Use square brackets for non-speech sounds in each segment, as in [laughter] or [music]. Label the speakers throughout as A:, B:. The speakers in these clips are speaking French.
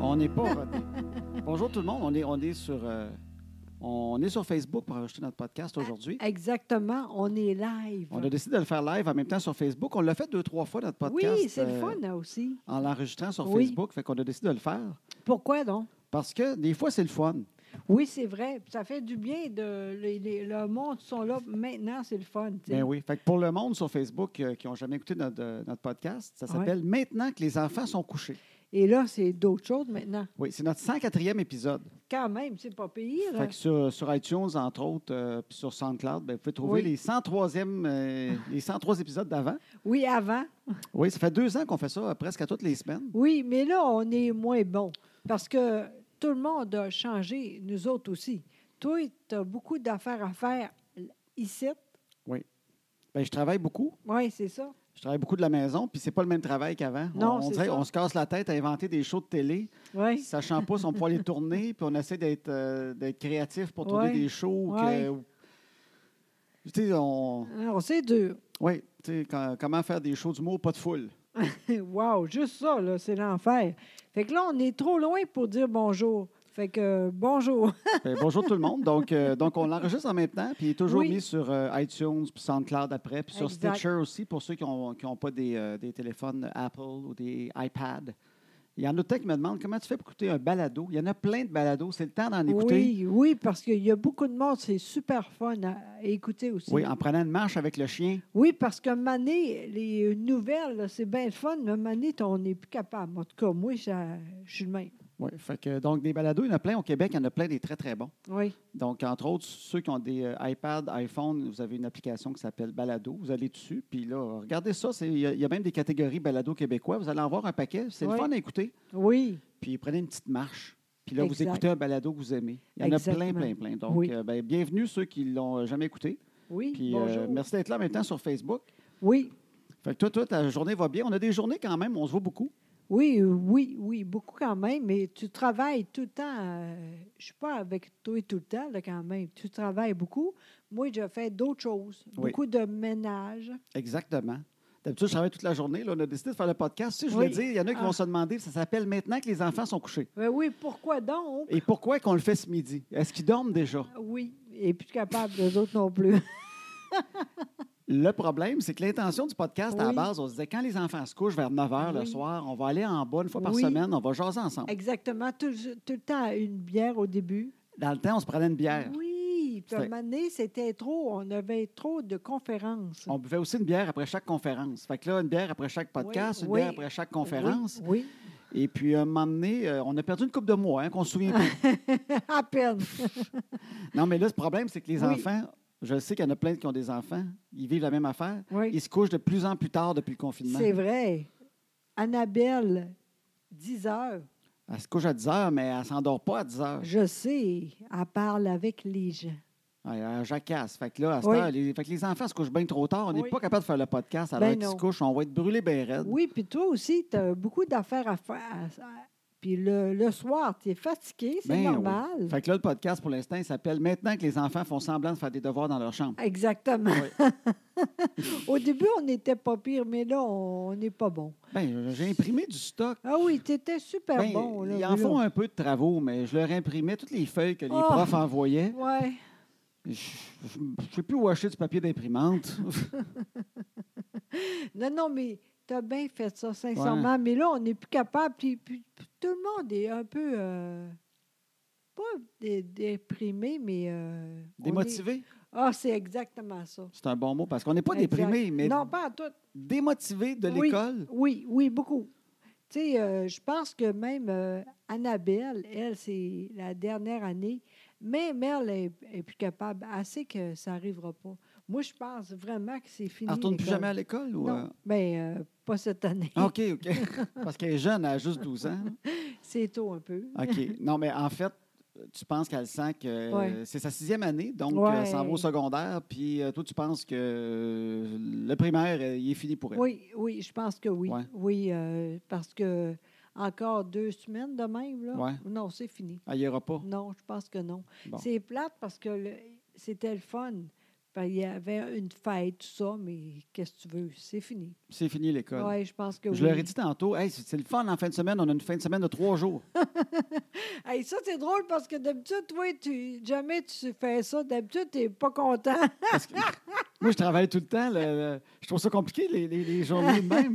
A: on n'est pas rodé. Bonjour tout le monde. On est, on est sur, euh, on est sur Facebook pour enregistrer notre podcast aujourd'hui.
B: Ah, Exactement, on est live.
A: On a décidé de le faire live en même temps sur Facebook. On l'a fait deux, trois fois, notre podcast.
B: oui, c'est le
A: euh,
B: fun là, aussi.
A: En l'enregistrant sur
B: Oui.
A: Facebook. Fait qu'on a décidé de le faire.
B: Pourquoi donc?
A: Parce que des fois, c'est le fun.
B: Oui, c'est vrai. Puis Ça fait du bien. De, les- les- le monde sont là maintenant, c'est le fun. tu sais.
A: Ben oui. Fait que pour le monde sur Facebook euh, qui n'ont jamais écouté notre, euh, notre podcast, ça
B: Ouais.
A: s'appelle Maintenant que les enfants sont couchés.
B: Et là, c'est d'autres choses maintenant.
A: Oui, c'est notre 104e épisode.
B: Quand même, c'est pas pire. hein.
A: Fait que sur, sur iTunes, entre autres, euh, puis sur SoundCloud, ben, vous pouvez trouver
B: Oui.
A: les, 103e, euh, les 103 épisodes d'avant.
B: Oui, avant.
A: Oui, ça fait deux ans qu'on fait ça euh, presque à toutes les semaines.
B: Oui, mais là, on est moins bon. Parce que tout le monde a changé, nous autres aussi. Toi, tu as beaucoup d'affaires à faire ici.
A: Ben, je travaille beaucoup.
B: Oui, c'est ça.
A: Je travaille beaucoup de la maison, puis c'est pas le même travail qu'avant. On-
B: Non,
A: on,
B: c'est
A: dirait-
B: ça.
A: on se casse la tête à inventer des shows de télé,
B: Oui.
A: sachant pas si on pourra les tourner, puis on essaie d'être euh, d'être créatif pour tourner
B: Ouais.
A: des shows. que-
B: Ouais.
A: ou- Tu sais, on...
B: Alors, c'est dur. [laughs]
A: Oui, tu sais, quand- comment faire des shows d'humour pas de foule.
B: Wow, juste ça, là, c'est l'enfer. Fait que là, on est trop loin pour dire bonjour. Fait que euh, bonjour.
A: Ben, bonjour tout le monde. Donc, euh, donc on l'enregistre en même temps, puis il est toujours
B: Oui.
A: mis sur euh, iTunes, puis SoundCloud après, puis sur
B: Exact.
A: Stitcher aussi, pour ceux qui n'ont qui ont pas des, euh, des téléphones Apple ou des iPads. Il y en a peut-être qui me demandent comment tu fais pour écouter un balado. Il y en a plein de balados. C'est le temps d'en écouter.
B: Oui, oui, parce qu'il y a beaucoup de monde, c'est super fun à, à écouter aussi.
A: Oui, en prenant une marche avec le chien.
B: Oui, parce que Mané, les nouvelles, là, c'est bien le fun, mais Mané, on n'est plus capable. En tout cas, moi, ça- je suis le même.
A: Oui, fait que, donc des balados, il y en a plein au Québec. Il y en a plein des très, très bons.
B: Oui.
A: Donc, entre autres, ceux qui ont des euh, iPads, iPhone, vous avez une application qui s'appelle Balado. Vous allez dessus, puis là, regardez ça. c'est- Il y, a- il y a même des catégories Balado québécois. Vous allez en voir un paquet. C'est
B: Oui.
A: le fun à écouter.
B: Oui.
A: Puis prenez une petite marche. Puis là,
B: Exact.
A: vous écoutez un balado que vous aimez. Il y en a
B: Exactement.
A: plein, plein, plein. Donc,
B: Oui.
A: euh, ben, bienvenue ceux qui ne l'ont euh, jamais écouté.
B: Oui.
A: Puis euh,
B: bonjour.
A: merci d'être là en même temps sur Facebook.
B: Oui.
A: Fait que toi, toi, ta journée va bien. On a des journées quand même, on se voit beaucoup.
B: Oui, euh, oui, oui, beaucoup quand même, mais tu travailles tout le temps. euh, je ne suis pas avec toi tout le temps, là, quand même. Tu travailles beaucoup. Moi, je fais d'autres choses.
A: Oui.
B: Beaucoup de ménage.
A: Exactement. D'habitude, je travaille toute la journée. Là, on a décidé de faire le podcast. Si je
B: Oui.
A: voulais dire, il y en a qui
B: Ah.
A: vont se demander, ça s'appelle Maintenant que les enfants sont couchés.
B: Ben oui, pourquoi donc?
A: Et pourquoi qu'on le fait ce midi? Est-ce qu'ils dorment déjà?
B: Oui, et plus capable des autres non [laughs] plus.
A: Le problème, c'est que l'intention du podcast, à la
B: Oui.
A: base, on se disait, quand les enfants se couchent vers 9 h le
B: Oui.
A: soir, on va aller en bas une fois par
B: Oui.
A: semaine, on va jaser ensemble.
B: Exactement, tout, tout le temps une bière au début.
A: Dans le temps, on se prenait une bière.
B: Oui, puis à un
A: C'était-
B: moment donné, c'était trop. On avait trop de conférences.
A: On buvait aussi une bière après chaque conférence. Fait que là, une bière après chaque podcast,
B: Oui,
A: une
B: oui.
A: bière après chaque conférence.
B: Oui, [laughs]
A: Et puis, à un moment donné, euh, on a perdu une coupe de mois, hein, qu'on se
B: [laughs]
A: souvient plus.
B: oui. à peine.
A: non, mais là, le problème, c'est que les
B: Oui.
A: enfants, je sais qu'il y en a plein qui ont des enfants, ils vivent la même affaire.
B: Oui.
A: Ils se couchent de plus en plus tard depuis le confinement.
B: C'est vrai. Annabelle, 10 heures.
A: Elle se couche à 10 heures, mais elle ne s'endort pas à 10 heures.
B: Je sais, elle parle avec les gens.
A: Ouais, Elle jacasse. Fait que là, à cette
B: Oui.
A: heure, les, fait que les enfants se couchent bien trop tard. On n'est
B: Oui.
A: pas capable de faire le podcast à
B: Ben
A: l'heure qu'ils se
B: non.
A: couchent. On va être brûlés bien raides.
B: Oui, puis toi aussi, tu as beaucoup d'affaires à faire. à- à- Puis le, le soir, tu es fatigué, c'est
A: Ben oui.
B: normal.
A: Fait que là, le podcast, pour l'instant, il s'appelle Maintenant que les enfants font semblant de faire des devoirs dans leur chambre.
B: Exactement. [laughs] Au début, on n'était pas pire, mais là, on n'est pas bon.
A: Ben, j'ai imprimé du stock.
B: Ah oui, tu étais super
A: Ben,
B: bon. Là,
A: ils en
B: là.
A: font un peu de travaux, mais je leur imprimais toutes les feuilles que les
B: Oh.
A: profs envoyaient.
B: Ouais.
A: Je ne sais plus où acheter du papier
B: [laughs]
A: d'imprimante.
B: Non, non, mais tu as bien fait ça, sincèrement. Mais là, on n'est plus capable. Puis, puis- puis tout le monde est un peu. euh, pas dé- déprimé, mais. euh, on est-
A: Démotivé,
B: Ah, c'est exactement ça.
A: c'est un bon mot, parce qu'on n'est pas
B: Exact.
A: déprimé, mais
B: Non, pas à tout.
A: démotivé de
B: Oui.
A: l'école.
B: Oui, oui, beaucoup. Tu sais, euh, je pense que même euh, Annabelle, elle, c'est la dernière année, même elle est, est plus capable. Elle sait que ça n'arrivera pas. Moi, je pense vraiment que c'est
A: Elle
B: fini.
A: ne retourne plus
B: l'école.
A: jamais à l'école? Ou... euh?
B: Non, ben, euh, pas cette année.
A: Ah, OK, OK. parce qu'elle est jeune, elle a juste 12 ans.
B: [laughs] C'est tôt un peu.
A: OK. Non, mais en fait, tu penses qu'elle sent que euh, c'est sa sixième année, donc
B: Ouais.
A: elle s'en va au secondaire, puis euh, toi, tu penses que euh, le primaire, euh, il est fini pour elle.
B: Oui, oui, je pense que oui.
A: Ouais.
B: Oui, euh, parce que encore deux semaines de même, là.
A: Ouais.
B: Non, c'est fini.
A: Elle n'y ira pas.
B: Non, je pense que non.
A: Bon.
B: C'est plate parce que le- c'était le fun. Puis Il y avait une fête, tout ça, mais qu'est-ce que tu veux? C'est fini.
A: C'est fini l'école.
B: Oui, je pense que
A: je
B: oui.
A: leur ai dit tantôt, hey, c'est c'est le fun en fin de semaine, on a une fin de semaine de trois jours.
B: Hey, ça, c'est drôle parce que d'habitude, toi, tu, jamais tu fais ça. D'habitude, tu n'es pas content. [laughs]
A: Parce que moi, je travaille tout le temps. le- le- je trouve ça compliqué, les, les- les journées de
B: [laughs]
A: même.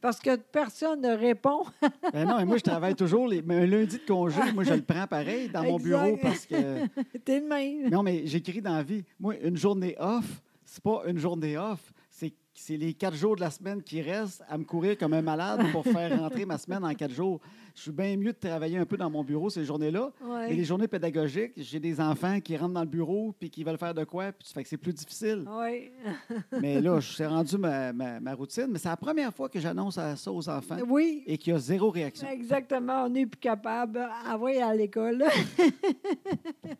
B: Parce que personne ne répond. [laughs]
A: Ben non, mais moi, je travaille toujours. Les, mais un lundi de congé, moi, je le prends pareil dans mon
B: Exact.
A: bureau parce que.
B: T'es de [laughs] même.
A: Non, mais j'écris dans la vie. Moi, une journée off, c'est pas une journée off. C'est c'est les quatre jours de la semaine qui restent à me courir comme un malade pour faire rentrer ma semaine en quatre jours. Je suis bien mieux de travailler un peu dans mon bureau ces journées-là.
B: Ouais.
A: Mais les journées pédagogiques, j'ai des enfants qui rentrent dans le bureau puis qui veulent faire de quoi, puis ça fait que c'est plus difficile.
B: Ouais. Ah.
A: Mais là, je suis rendu ma, ma- ma routine. Mais c'est la première fois que j'annonce ça aux enfants
B: Oui,
A: et qu'il y a zéro réaction.
B: exactement. On n'est plus capable. Envoyez à l'école. [laughs]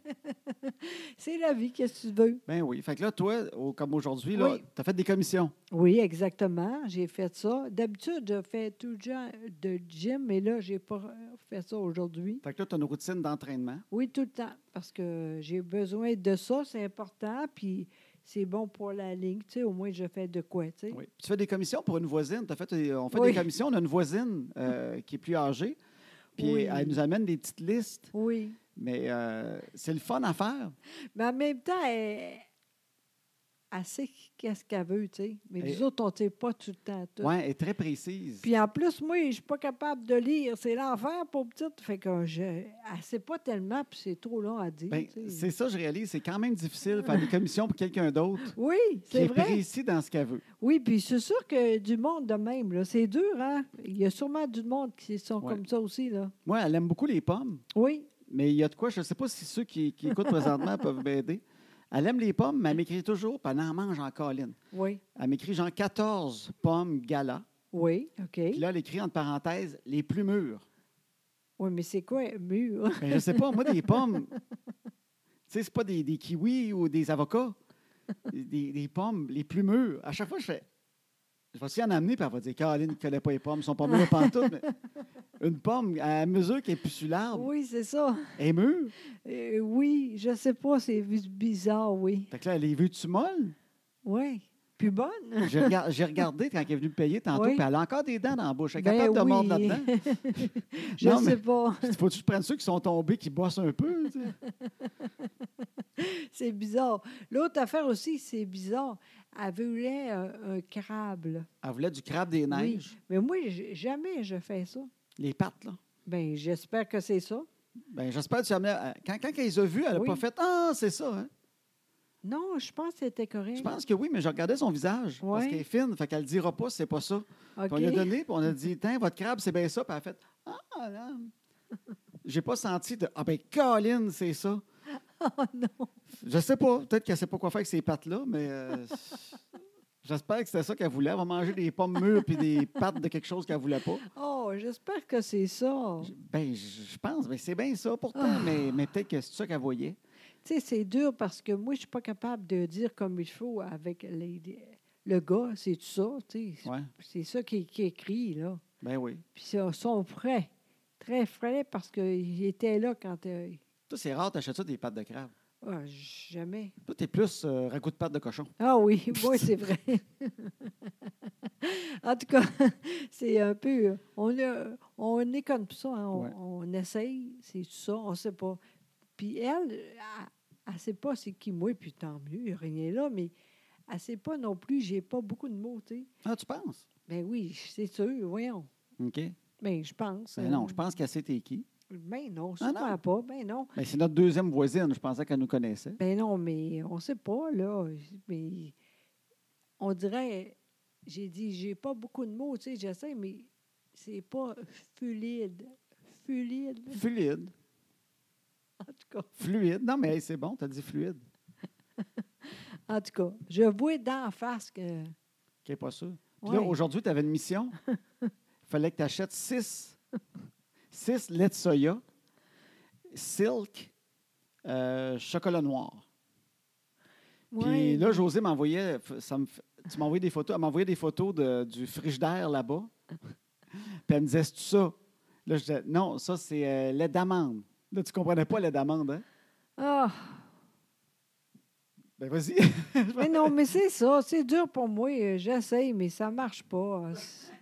B: c'est la vie, qu'est-ce que tu veux?
A: Ben oui. Fait que là, toi, au- comme aujourd'hui,
B: Oui.
A: tu as fait des commissions.
B: Oui, exactement. J'ai fait ça. D'habitude, je fais tout le genre de gym, mais là, j'ai pas fait ça aujourd'hui.
A: Fait que là, tu as une routine d'entraînement.
B: Oui, tout le temps, parce que j'ai besoin de ça, c'est important, puis c'est bon pour la ligne, tu sais, au moins je fais de quoi, tu sais.
A: Oui. Puis Tu fais des commissions pour une voisine. T'as fait, euh, on fait
B: Oui.
A: des commissions. On a une voisine euh, qui est plus âgée. Puis
B: Oui.
A: elle nous amène des petites listes.
B: Oui.
A: Mais euh, c'est le fun à faire.
B: Mais en même temps, elle, elle sait qu'est-ce qu'elle veut, tu sais. Mais les
A: Et-
B: autres, on ne sait pas tout le temps tout.
A: Oui, elle est très précise.
B: Puis en plus, moi, je ne suis pas capable de lire. C'est l'enfer pour petite. Fait que je, elle ne sait pas tellement, puis c'est trop long à dire.
A: Ben,
B: tu sais.
A: c'est ça, je réalise. C'est quand même difficile de faire
B: [laughs]
A: des commissions pour quelqu'un d'autre
B: Oui,
A: qui
B: c'est
A: est,
B: vrai.
A: précis dans ce qu'elle veut.
B: Oui, puis c'est sûr que du monde de même, là, c'est dur, hein? Il y a sûrement du monde qui sont
A: Ouais.
B: comme ça aussi, là.
A: Moi, elle aime beaucoup les pommes,
B: Oui,
A: mais il y a de quoi, je ne sais pas si ceux qui, qui écoutent présentement [laughs] peuvent m'aider. Elle aime les pommes, mais elle m'écrit toujours, puis elle en mange en colline.
B: oui,
A: Elle m'écrit genre 14 pommes gala.
B: oui, OK.
A: Puis là, elle écrit entre parenthèses les plus mûres.
B: Oui, mais c'est quoi, mûr?
A: Ben, je sais pas, moi, des pommes, tu sais, c'est pas des, des kiwis ou des avocats. Des, des pommes les plus mûres. À chaque fois, je fais. Je vais essayer d'en amener, puis elle va dire Caroline ne connaît pas les pommes, elles sont pas mûres pantoute. Mais une pomme, à mesure qu'elle est plus
B: [laughs]
A: sur l'arbre,
B: Oui, c'est ça.
A: elle est mûre.
B: Euh, oui, je sais pas, c'est vi- bizarre, oui.
A: Fait que là, elle est vue-tu molle?
B: Oui. Puis bonne.
A: J'ai rega- j'ai regardé quand elle est venue me payer tantôt,
B: Oui.
A: puis elle a encore des dents dans la bouche. Elle est
B: Ben
A: capable de mordre
B: oui.
A: là-dedans.
B: [laughs] je
A: Non, mais-
B: sais pas. [laughs]
A: Faut-tu prendre ceux qui sont tombés, qui bossent un peu? tu sais?
B: C'est bizarre. L'autre affaire aussi, c'est bizarre. Elle voulait un, un crabe, là.
A: Elle voulait du crabe des
B: Oui.
A: neiges,
B: Mais moi, j- jamais je fais ça.
A: les pattes, là.
B: Ben, j'espère que c'est ça.
A: Ben, j'espère que tu as amené. à- Quand, quand elle les a vus, elle n'a
B: Oui.
A: pas fait Ah, c'est ça. hein?
B: Non, je pense que c'était correct.
A: Je pense que oui, mais je regardais son visage parce
B: Ouais.
A: qu'elle est fine. Fait qu'elle ne dira pas, c'est pas ça.
B: OK.
A: Puis on lui a donné, puis on a dit Tiens, votre crabe, c'est bien ça. Puis elle a fait Ah, non. J'ai pas senti de Ah, ben, Colin, c'est ça.
B: [laughs] Oh non.
A: Je sais pas. Peut-être qu'elle sait pas quoi faire avec ces pattes-là, mais. euh, J'espère que c'était ça qu'elle voulait. Elle va manger des pommes mûres puis des pattes de quelque chose qu'elle voulait pas.
B: Oh, j'espère que c'est ça.
A: Je- Ben, je je pense, ben, c'est bien ça pourtant,
B: Ah.
A: mais, mais peut-être que c'est ça qu'elle voyait.
B: Tu sais, c'est dur parce que moi, je suis pas capable de dire comme il faut avec les, les- le gars, c'est tout ça, tu sais.
A: Ouais.
B: C'est ça qui, qui écrit, là.
A: Ben oui.
B: Puis ils sont frais, très frais parce qu'ils étaient là quand... euh,
A: Toi, c'est rare, t'achètes ça des pattes de crabe.
B: ah, jamais.
A: Toi, t'es plus euh, ragoût de pâte de cochon.
B: Ah oui, [laughs] moi, c'est vrai. en tout cas, c'est un peu... euh, On, a- on est comme ça, hein, on,
A: Ouais.
B: on essaye, c'est tout ça, on sait pas. Puis elle, elle ne sait pas c'est qui moi, puis tant mieux, il y a rien là, mais elle sait pas non plus, j'ai pas beaucoup de mots, tu sais.
A: Ah, tu penses?
B: Ben oui, c'est sûr, voyons.
A: OK.
B: Ben, je pense.
A: Ben non, je pense qu'elle sait t'es qui.
B: Ben non,
A: Ah
B: sûrement pas, ben non.
A: Ben, c'est notre deuxième voisine. Je pensais qu'elle nous connaissait.
B: Ben non, mais on sait pas, là. Mais on dirait, j'ai dit, j'ai pas beaucoup de mots, tu sais, j'essaie, mais c'est pas fluide. Fluide, [laughs]
A: Fluide.
B: en tout cas.
A: Fluide. Non, mais hey, c'est bon, t'as dit fluide.
B: En tout cas, je vois d'en face que.
A: OK, pas sûr. Puis là,
B: Ouais.
A: aujourd'hui, t'avais une mission. Il fallait que t'achètes six, six laits de soya, silk, euh, chocolat noir. Puis
B: Ouais.
A: là, José m'envoyait, f- ça me, f- tu m'envoyais des photos, elle m'envoyait des photos de- du frigidaire là-bas. Puis elle me disait, c'est ça? Là, je disais, non, ça, c'est euh, [laughs] lait d'amande. Là, tu comprenais pas lait d'amande, hein?
B: Ah!
A: Ben
B: [laughs]
A: vas-y.
B: Mais non, mais c'est ça. C'est dur pour moi. Euh, J'essaye, mais ça marche pas. C'est-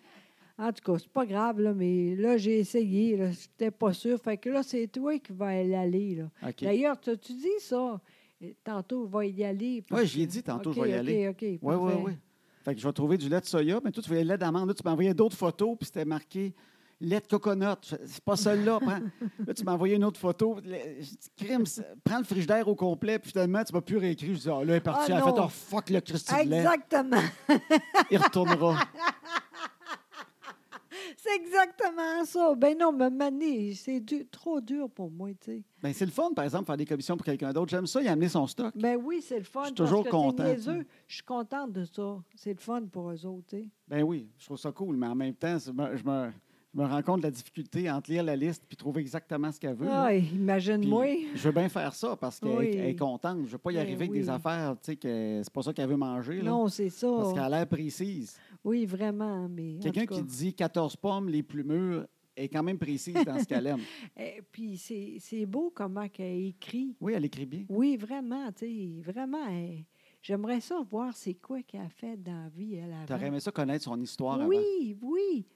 B: En tout cas, c'est pas grave, là, mais là, j'ai essayé. là, J'étais pas sûre. Fait que là, c'est toi qui vas y aller. Là.
A: OK.
B: D'ailleurs, tu dis ça. Et Tantôt, va y aller. parce
A: Ouais, je l'ai
B: que-
A: dit, tantôt, je
B: OK,
A: vais y
B: OK,
A: aller.
B: OK.
A: Oui, oui,
B: parfait.
A: oui. Fait que je vais trouver du lait de soya, mais toi, tu voulais le lait d'amande. Là, tu m'envoyais d'autres photos, puis c'était marqué lait de coconut. Je fais, C'est pas celle-là. prends. Là, tu m'as envoyé une autre photo. Le- je dis, Crime, c'est- prends le frigidaire au complet, puis finalement, tu m'as plus réécrit. Je dis, ah, là, elle est partie.
B: Ah,
A: elle a fait,
B: non.
A: oh, fuck le Christy de lait.
B: Exactement. [laughs]
A: Il retournera.
B: C'est exactement ça. Ben non, me maner, c'est du- trop dur pour moi, tu sais.
A: Ben, c'est le fun, par exemple, faire des commissions pour quelqu'un d'autre. J'aime ça, il a amené son stock.
B: Ben oui, c'est le fun.
A: Je suis
B: parce
A: toujours
B: que t'es
A: content, tu sais.
B: niaiseux. Je suis contente de ça. C'est le fun pour eux autres, tu sais.
A: Ben oui, je trouve ça cool, mais en même temps, c'est- je me, je me- je me rends compte de la difficulté entre lire la liste puis trouver exactement ce qu'elle veut. là.
B: Ah, imagine-moi.
A: Puis, Je veux bien faire ça parce qu'elle
B: Oui.
A: elle est contente. Je ne veux pas y
B: Ben
A: arriver avec
B: oui.
A: des affaires, tu sais, que c'est pas ça qu'elle veut manger. là.
B: Non, c'est ça.
A: Parce qu'elle a l'air précise.
B: Oui, vraiment, mais en
A: Quelqu'un
B: tout
A: qui
B: cas.
A: dit 14 pommes, les plus mûres, est quand même précise dans ce
B: [laughs]
A: qu'elle aime.
B: Eh, puis c'est c'est beau comment qu'elle écrit.
A: Oui, elle écrit bien.
B: Oui, vraiment, tu sais, vraiment. elle- J'aimerais ça voir c'est quoi qu'elle a fait dans la vie, elle, avant.
A: Tu aurais aimé ça connaître son histoire avant.
B: Oui, oui,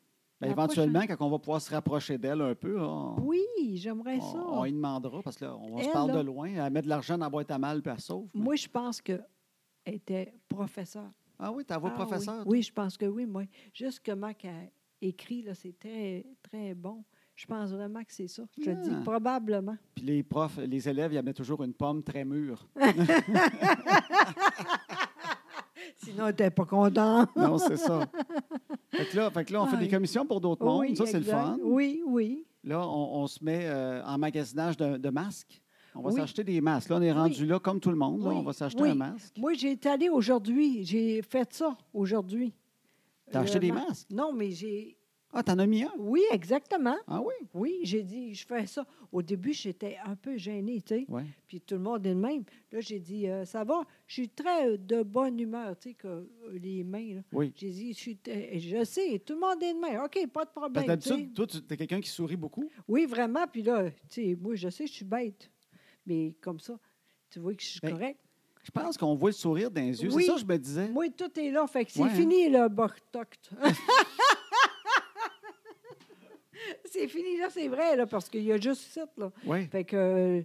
A: Ben,
B: la
A: éventuellement, quand on va pouvoir se rapprocher d'elle un peu, on,
B: oui, j'aimerais
A: on-
B: ça.
A: on y demandera parce que là, on se
B: Elle,
A: parle
B: là-
A: de loin. Elle met de l'argent dans la boîte à mal puis elle sauve. mais-
B: Moi, je pense qu'elle était professeur.
A: Ah oui, t'as vos
B: Ah,
A: professeurs.
B: Oui. Oui, je pense que oui, moi. Juste comment qu'elle écrit, là, c'est très, très bon. Je pense vraiment que c'est ça. Je te
A: Ah.
B: dis probablement.
A: Puis les profs, les élèves, ils amenaient toujours une pomme
B: [laughs]
A: très mûre.
B: Sinon, elle n'était pas content.
A: Non, c'est ça. Fait que là, fait que là, on fait
B: Ah,
A: des commissions pour d'autres mondes. Ça, c'est le
B: exact.
A: fun.
B: Oui, oui.
A: Là, on, on se met euh, en magasinage de, de masques. On va
B: Oui.
A: s'acheter des masques. Là, on est rendu là comme tout le monde. là.
B: Oui.
A: On va s'acheter
B: Oui.
A: un masque.
B: Moi, j'ai été allée aujourd'hui. J'ai fait ça aujourd'hui.
A: T'as
B: Le
A: acheté des
B: mas-
A: masques?
B: Non, mais j'ai.
A: Ah, t'en as mis un?
B: Oui, exactement.
A: Ah oui?
B: Oui, j'ai dit, je fais ça. Au début, j'étais un peu gênée, tu sais.
A: Oui.
B: Puis tout le monde est le même. Là, j'ai dit, euh, ça va. Je suis très euh, de bonne humeur, tu sais, que euh, les mains, là.
A: Oui.
B: J'ai dit, je, suis t- euh, je sais, tout le monde est de même. OK, pas de
A: Parce
B: problème.
A: que
B: Ben, tu sais.
A: d'habitude, toi, tu es quelqu'un qui sourit beaucoup.
B: Oui, vraiment. Puis là, tu sais, moi, je sais, je suis bête. Mais comme ça, tu vois que je suis
A: Ben,
B: correcte.
A: Je pense qu'on voit le sourire dans les yeux.
B: Oui.
A: C'est ça que je me disais.
B: Moi, tout est là. Fait que c'est
A: Ouais, hein.
B: fini, le Botox. [laughs] c'est fini, là, c'est vrai, là, parce qu'il y a juste ça, là.
A: Oui.
B: Fait que euh,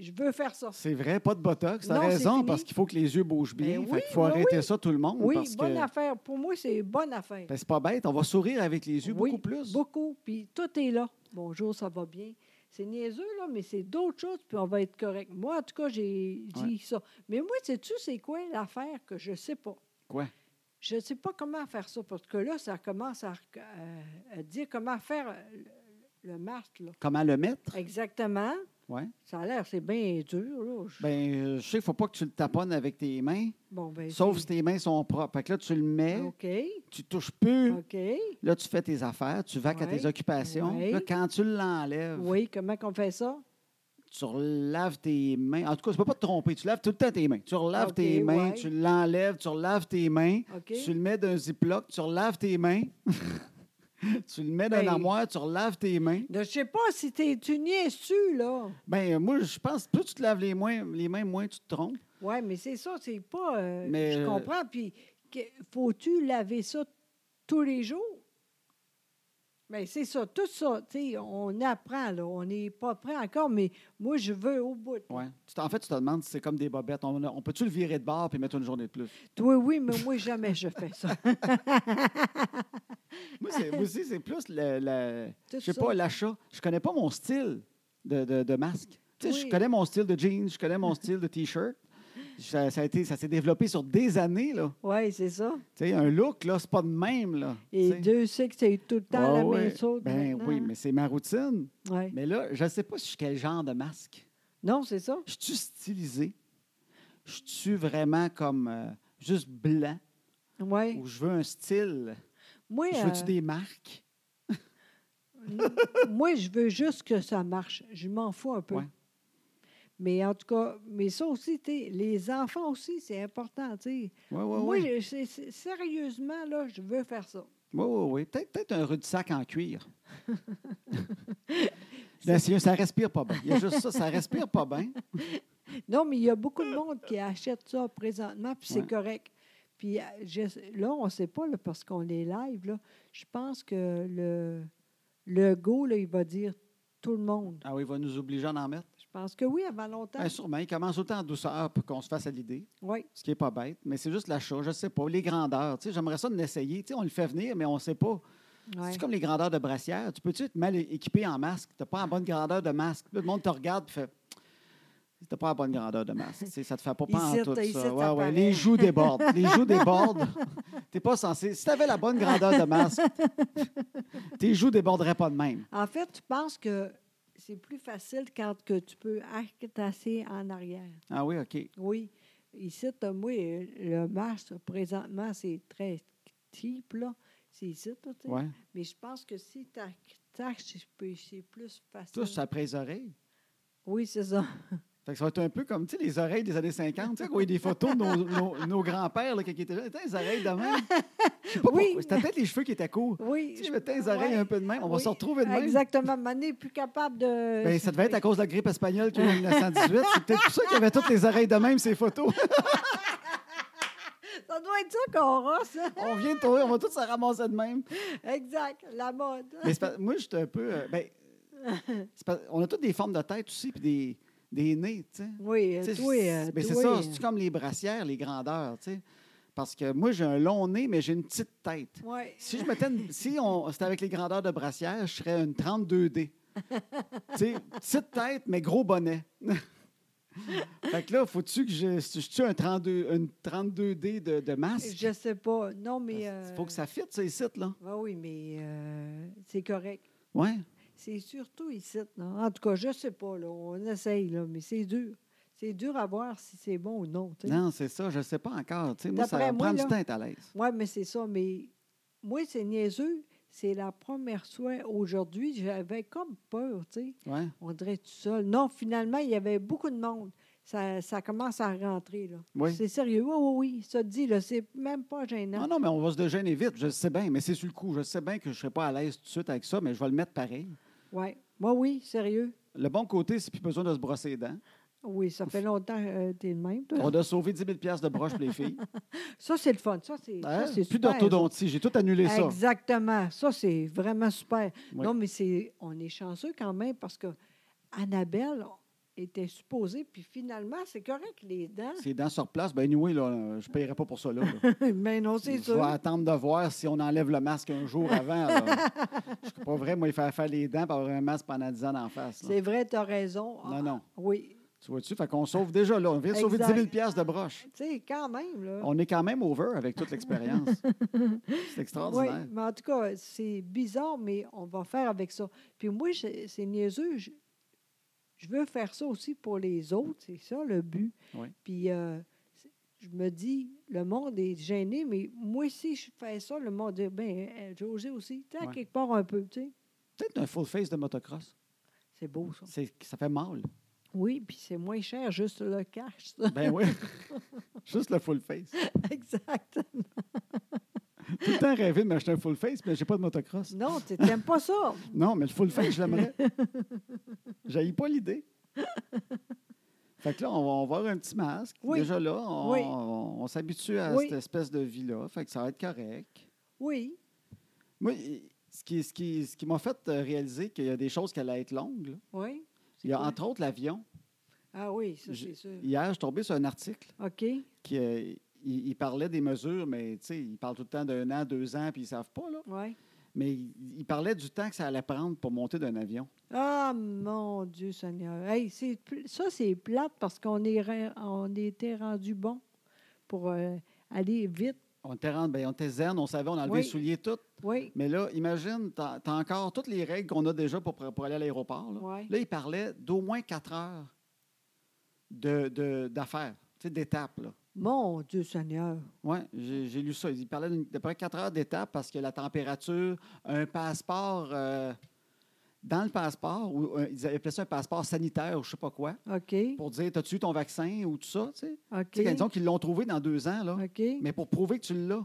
B: je veux faire ça.
A: C'est vrai, pas de botox. T'as
B: Non, c'est
A: raison,
B: fini.
A: parce qu'il faut que les yeux bougent bien.
B: Ben
A: Fait
B: oui,
A: qu'il faut
B: oui,
A: arrêter
B: oui.
A: ça, tout le monde.
B: Oui,
A: parce
B: bonne
A: que
B: affaire. Pour moi, c'est bonne affaire.
A: Ben, c'est pas bête. On va sourire avec les yeux
B: Oui,
A: beaucoup plus.
B: Beaucoup. Puis tout est là. Bonjour, ça va bien. C'est niaiseux, là, mais c'est d'autres choses, puis on va être correct. Moi, en tout cas, j'ai dit
A: Ouais.
B: ça. Mais moi, sais-tu, c'est quoi l'affaire que je sais pas?
A: Quoi?
B: Je ne sais pas comment faire ça, parce que là, ça commence à, rec- à- à dire comment faire euh, le, le masque, là.
A: Comment le mettre?
B: Exactement.
A: Ouais.
B: Ça a l'air, c'est bien dur, là. Je-
A: Ben, euh, je sais, faut pas que tu le taponnes avec tes mains,
B: bon, ben,
A: sauf si
B: c'est-
A: tes mains sont propres. Fait que là, tu le mets,
B: OK,
A: tu touches plus.
B: OK.
A: Là, tu fais tes affaires, tu vas à
B: Ouais.
A: tes occupations.
B: Ouais.
A: Là, quand tu l'enlèves,
B: Oui, comment qu'on fait ça?
A: tu relaves tes mains. En tout cas, tu peux pas te tromper. Tu laves tout le temps tes mains. Tu relaves
B: Ok,
A: tes mains,
B: ouais.
A: tu l'enlèves, tu relaves tes mains,
B: OK.
A: tu le mets d'un ziploc, tu relaves tes mains. [laughs] tu le mets dans
B: Ben-
A: l'armoire, tu relaves tes mains.
B: Je sais pas si t'es, tu niaises-tu, là.
A: Ben, euh, moi, je pense que plus tu te laves les, moins, les mains, moins tu te trompes.
B: Oui, mais c'est ça, c'est pas. euh,
A: Mais,
B: je
A: euh,
B: comprends. Puis, que- faut-tu laver ça tous les jours? Mais c'est ça, tout ça, tu sais, on apprend, là. On n'est pas prêt encore, mais moi, je veux au bout.
A: Ouais. Tu t- En fait, tu te demandes si c'est comme des bobettes. On, on peut-tu le virer de bord puis mettre une journée de plus?
B: Toi, oui, mais moi, jamais je fais
A: [laughs]
B: ça.
A: Moi, c'est- moi aussi, c'est plus le, le-
B: Tout
A: je sais
B: ça.
A: pas, l'achat. Je connais pas mon style de, de- de masque. Tu sais, Je
B: Oui.
A: connais mon style de jeans,
B: [laughs]
A: je connais mon style de T-shirt. Ça, ça a été- ça s'est développé sur des années. Là.
B: Oui, c'est ça.
A: Tu sais, un look, là, c'est pas de même. Là.
B: Et
A: Tu sais.
B: Dieu sait que c'est tout le temps
A: Ouais,
B: la
A: ouais.
B: même chose.
A: Ben
B: maintenant,
A: oui,
B: hein.
A: mais c'est ma routine.
B: Ouais.
A: Mais là, je sais pas si je suis quel genre de masque.
B: Non, c'est ça.
A: Je suis stylisé. Je suis vraiment comme euh, juste blanc
B: Oui.
A: ou je veux un style.
B: Moi,
A: Je veux-tu
B: euh,
A: des marques?
B: moi, je veux juste que ça marche. Je m'en fous un peu.
A: Ouais.
B: Mais en tout cas, mais ça aussi, tu sais, les enfants aussi, c'est important. tu sais.
A: Oui, oui,
B: Moi,
A: oui.
B: je- c'est- c'est- sérieusement, là, je veux faire ça.
A: Oui, oui, oui. Peut-être peut-être un rude sac en cuir. Là, c'est- ça respire pas bien. Il y a juste ça, ça respire pas bien.
B: Non, mais il y a beaucoup de monde qui achète ça présentement, puis c'est
A: Ouais.
B: correct. Puis euh, je- là, on ne sait pas, là, parce qu'on est live, là. je pense que le, le go, là, il va dire tout le monde.
A: Ah oui, il va nous obliger à en mettre.
B: Je pense que oui, avant longtemps.
A: Ben, sûrement, il commence autant en douceur pour qu'on se fasse à l'idée,
B: Oui,
A: ce qui n'est pas bête, mais c'est juste l'achat, je ne sais pas, les grandeurs. Tu sais, J'aimerais ça de l'essayer. Tu sais, on le fait venir, mais on ne sait pas.
B: ouais.
A: C'est comme les grandeurs de brassière. Tu peux-tu être mal é- équipé en masque? Tu n'as pas la bonne grandeur de masque. Tout le monde te regarde et fait Tu n'as pas la bonne grandeur de masque. Tu sais, ça ne te fait pas
B: Ici,
A: penser tout
B: t'as- ici,
A: ça.
B: ça
A: Ouais, ouais,
B: paraît.
A: les joues débordent. Les
B: [laughs]
A: joues débordent. T'es pas censé. Si tu avais la bonne grandeur de masque, tes joues déborderaient pas de même.
B: En fait, tu penses que c'est plus facile quand que tu peux achetasser en arrière.
A: Ah oui, OK.
B: Oui. Ici, t'as- moi, euh, le masque, présentement, c'est très cheap, là. C'est ici, toi, tu sais.
A: Ouais.
B: Mais je pense que si tu c'est plus facile.
A: Tout ça après les oreilles.
B: Oui, c'est
A: [laughs]
B: ça.
A: Fait que ça va être un peu comme tu sais, les oreilles des années 50. Tu sais, quand il y a des photos de nos, nos- nos grands-pères là, qui étaient là, Tiens, les oreilles de même. Je sais pas
B: Oui.
A: pourquoi. C'était peut-être les cheveux qui étaient courts.
B: Oui.
A: Si je mettais les oreilles
B: ouais.
A: un peu de même, on va
B: Oui,
A: se retrouver de même.
B: Exactement. Mané est plus capable de.
A: [laughs] Ben, ça devait être à cause de la grippe espagnole qui est en 1918. C'est peut-être pour ça qu'il y avait toutes les oreilles de même, ces
B: [laughs]
A: photos. [laughs]
B: Ça doit être ça qu'on aura, ça.
A: On vient de trouver, on va tous se ramasser de même.
B: Exact. La mode.
A: Mais c'est pas- moi, j'étais un peu. euh, ben, c'est pas- on a toutes des formes de tête aussi, puis des, des nez, tu sais.
B: Oui,
A: Tu
B: euh,
A: sais,
B: toi. euh,
A: c'est- ben, c'est
B: toi,
A: ça,
B: euh,
A: c'est comme les brassières, les grandeurs, tu sais. Parce que moi, j'ai un long nez, mais j'ai une petite tête.
B: ouais.
A: Si je mettais une- si on c'était avec les grandeurs de brassière, je serais une 32D. tu sais, petite tête mais gros bonnet. [laughs] fait que là, faut-tu que je, je tue un 32 une 32D de, de masque
B: Je sais pas. Non, mais.
A: Il faut que
B: euh,
A: ça fitte ça ici là.
B: ben oui, mais euh, c'est correct.
A: Ouais.
B: C'est surtout ici. non? En tout cas, je sais pas. Là, on essaye, là, mais c'est dur. C'est dur à voir si c'est bon ou non. tu sais.
A: Non, c'est ça, je sais pas encore, tu sais, moi ça
B: D'après
A: va me
B: moi,
A: prendre du
B: là-
A: temps à être à l'aise.
B: Oui, mais c'est ça. Mais moi, c'est niaiseux. C'est la première fois aujourd'hui. J'avais comme peur, tu sais.
A: Ouais.
B: On dirait tout seul. Non, finalement, il y avait beaucoup de monde. Ça, ça commence à rentrer, là.
A: Oui.
B: C'est sérieux. Oui, oui, oui. Ça te dit, là, c'est même pas
A: Non,
B: gênant.
A: non, mais on va se déjeuner vite, je le sais bien, mais c'est sur le coup, je sais bien que je serai pas à l'aise tout de suite avec ça, mais je vais le mettre pareil.
B: Oui. Moi, oui, sérieux.
A: Le bon côté, c'est plus besoin de se brosser
B: [laughs]
A: les dents.
B: Oui, ça fait longtemps que t'es le même. toi.
A: On a sauvé 10 000 de broches pour les filles.
B: Ça, c'est le fun. Ça, c'est ça,
A: Hein?
B: c'est
A: Plus
B: super,
A: d'orthodontie, j'ai tout annulé
B: ça.
A: ça.
B: Exactement. Ça, c'est vraiment super.
A: Oui.
B: Non, mais c'est on est chanceux quand même parce que Annabelle était supposée, puis finalement, c'est correct, les dents.
A: Ses dents sur place, ben anyway, là, je ne paierai pas pour ça. Là, là.
B: Mais Ben non, [laughs] c'est
A: Je
B: sûr.
A: vais attendre de voir si on enlève le masque un jour
B: [laughs]
A: avant. là. Je suis pas vrai, moi, il faire faire les dents pour avoir un masque pendant 10 ans en face. là.
B: C'est vrai, tu as raison. Ah,
A: Non, non.
B: Oui.
A: Tu vois-tu? Fait qu'on sauve déjà, là. On vient de sauver 10
B: Exact.
A: 000 de broches.
B: Tu sais, quand même, là.
A: On est quand même over avec toute
B: [laughs]
A: l'expérience. C'est
B: Oui,
A: extraordinaire.
B: mais en tout cas, c'est bizarre, mais on va faire avec ça. Puis moi, je- c'est niaiseux. Je, je veux faire ça aussi pour les autres. C'est ça le but.
A: Oui.
B: Puis euh, c'est- je me dis, le monde est gêné, mais moi, si je fais ça, le monde dit, ben, euh, José aussi, tu sais, à
A: Ouais.
B: quelque part un peu, tu sais.
A: Peut-être un full face de motocross.
B: C'est beau, ça.
A: C'est- Ça fait mal.
B: Oui, puis c'est moins cher, juste le cash, ça. [laughs]
A: Ben oui. Juste le full face.
B: exact.
A: Tout le temps rêvé de m'acheter un full face, mais j'ai pas de motocross.
B: Non, tu n'aimes pas ça.
A: Non, mais le full face, je l'aimerais. [laughs] J'aille pas l'idée. Fait que là, on va, on va avoir un petit masque.
B: Oui.
A: Déjà là, on,
B: Oui.
A: on- on s'habitue à
B: Oui.
A: cette espèce de vie-là. Fait que ça va être correct.
B: Oui,
A: Moi, i- ce qui, ce qui, ce qui m'a fait euh, réaliser qu'il y a des choses qui allaient être longues, là.
B: oui.
A: il y a
B: quoi?
A: entre autres l'avion.
B: Ah oui, ça,
A: Je-
B: c'est sûr.
A: Hier, je suis tombé sur un article
B: OK.
A: qui euh, il, il parlait des mesures, mais tu sais, il parle tout le temps d'un an, deux ans, puis ils savent pas, là.
B: Oui.
A: Mais il, il parlait du temps que ça allait prendre pour monter d'un avion.
B: Ah, mon Dieu Seigneur. Hey, c'est pl- ça, c'est plate parce qu'on est re- on était rendu bon pour euh, aller vite.
A: On était, rendu- ben, on était zen, on savait, on enlevait
B: Oui.
A: les souliers, tout.
B: Oui,
A: Mais là, imagine, tu as, encore toutes les règles qu'on a déjà pour, pour aller à l'aéroport. Là.
B: Ouais.
A: Là, il parlait d'au moins quatre heures de, de- d'affaires, tu sais, d'étapes. Là.
B: mon Dieu Seigneur.
A: Ouais, j'ai, j'ai lu ça. Il parlait d'une- d'à peu près quatre heures d'étapes parce que la température, un passeport, euh, dans le passeport, ou un- ils appelaient ça un passeport sanitaire ou je sais pas quoi,
B: OK,
A: pour dire, as-tu eu ton vaccin ou tout ça, tu sais. Tu sais, quand
B: OK,
A: ils disent qu'ils l'ont trouvé dans deux ans, là.
B: OK,
A: Mais pour prouver que tu l'as.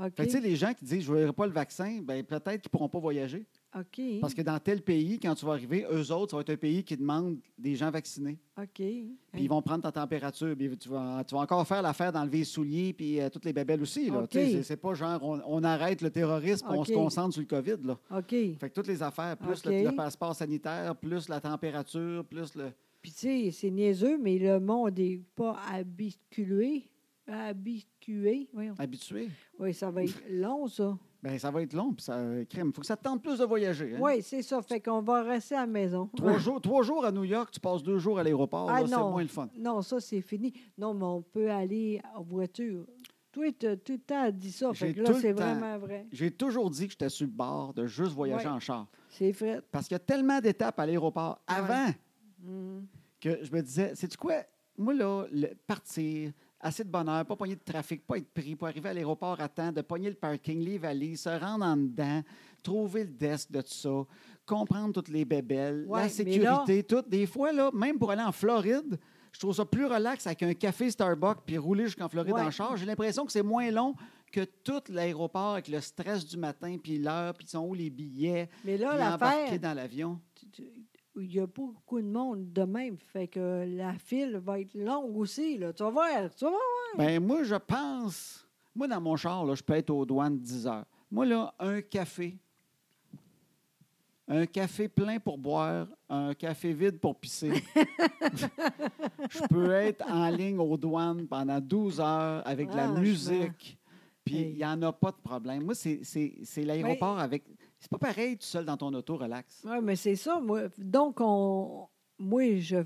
A: Fait que, tu sais,
B: OK.
A: les gens qui disent, je ne verrai pas le vaccin, ben, peut-être qu'ils ne pourront pas voyager.
B: OK.
A: Parce que dans tel pays, quand tu vas arriver, eux autres, ça va être un pays qui demande des gens vaccinés.
B: OK.
A: Puis ils vont prendre ta température. Puis tu vas, tu vas encore faire l'affaire d'enlever les souliers puis euh, toutes les bébelles aussi. là.
B: OK.
A: Tu sais, C'est c'est pas genre on, on arrête le terrorisme puis on se
B: OK.
A: concentre sur le COVID. Là.
B: OK.
A: Fait que toutes les affaires, plus le- le,
B: OK.
A: passeport sanitaire, plus la température, plus le.
B: Puis, tu sais, c'est niaiseux, mais le monde n'est pas habitué. Habitué. Voyons.
A: habitué.
B: Oui, ça va être long, ça.
A: Bien, ça va être long. Puis ça euh, crème. faut que ça te tente plus de voyager. hein.
B: Oui, c'est ça. Fait qu'on va rester à la maison.
A: Trois, jours, trois jours à New York, tu passes deux jours à l'aéroport.
B: Ah,
A: là, c'est
B: non.
A: moins le fun.
B: Non, ça, c'est fini. Non, mais on peut aller en voiture. Toi, tu tout le temps dit ça. Fait
A: J'ai
B: que là,
A: tout le
B: c'est
A: temps-
B: vraiment vrai.
A: J'ai toujours dit que j'étais sur le bord de juste voyager
B: Ouais.
A: en char.
B: C'est vrai.
A: Parce qu'il y a tellement d'étapes à l'aéroport
B: Ah Ouais.
A: avant Hmm.
B: Mm.
A: que je me disais, sais-tu quoi? Moi, là, le- partir, assez de bonheur, pas pogner de trafic, pas être pris, pas arriver à l'aéroport à temps, de pogner le parking, les valises, se rendre en dedans, trouver le desk de tout ça, comprendre toutes les bébelles,
B: Ouais,
A: la
B: mais
A: sécurité, tout. Des fois, là, même pour aller en Floride, je trouve ça plus relax avec un café Starbucks puis rouler jusqu'en Floride
B: Ouais.
A: en char. J'ai l'impression que c'est moins long que tout l'aéroport avec le stress du matin, puis l'heure, puis ils sont où les billets,
B: Mais là,
A: puis embarquer
B: l'affaire,
A: dans l'avion.
B: tu- tu- il y a pas beaucoup de monde de même. Fait que la file va être longue aussi. Là. Tu vas voir. Tu vas voir.
A: Ben moi, je pense. Moi, dans mon char, là, je peux être aux douanes 10 heures. Moi, là, un café. Un café plein pour boire, un café vide
B: [laughs]
A: pour pisser. je peux être en ligne aux douanes pendant 12 heures avec de la
B: Franchement.
A: musique. Puis il
B: Hey. Ben,
A: n'y en a pas de problème. Moi, c'est- c'est c'est l'aéroport avec. C'est pas pareil tout seul dans ton auto, relax.
B: Oui, mais c'est ça. Moi. Donc, on. Moi, je,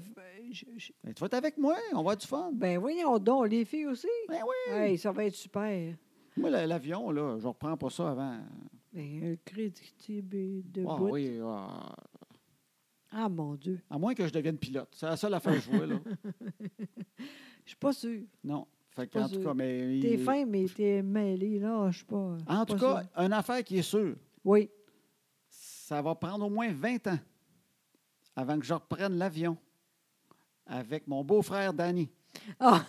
B: je- je-
A: Ben, tu vas être avec moi, on va avoir du fun.
B: Ben voyons donc, les filles aussi.
A: Ben oui.
B: Hey, ça va être super.
A: Moi, la- l'avion, là, je reprends pas ça avant.
B: Ben, un crédit de
A: Ah
B: bout.
A: oui, ah,
B: Ah mon Dieu.
A: À moins que je devienne pilote. C'est la seule affaire jouer,
B: [laughs]
A: là.
B: Je suis pas sûre.
A: Non. Fait
B: Pas
A: en tout
B: sûr.
A: cas, mais.
B: T'es
A: il-
B: fin, mais t'es mêlé, là. Je suis pas. je
A: euh, En
B: suis
A: tout
B: pas
A: cas,
B: sûre.
A: une affaire qui est sûre,
B: Oui. [laughs]
A: ça va prendre au moins 20 ans avant que je reprenne l'avion avec mon beau-frère Danny.
B: Ah!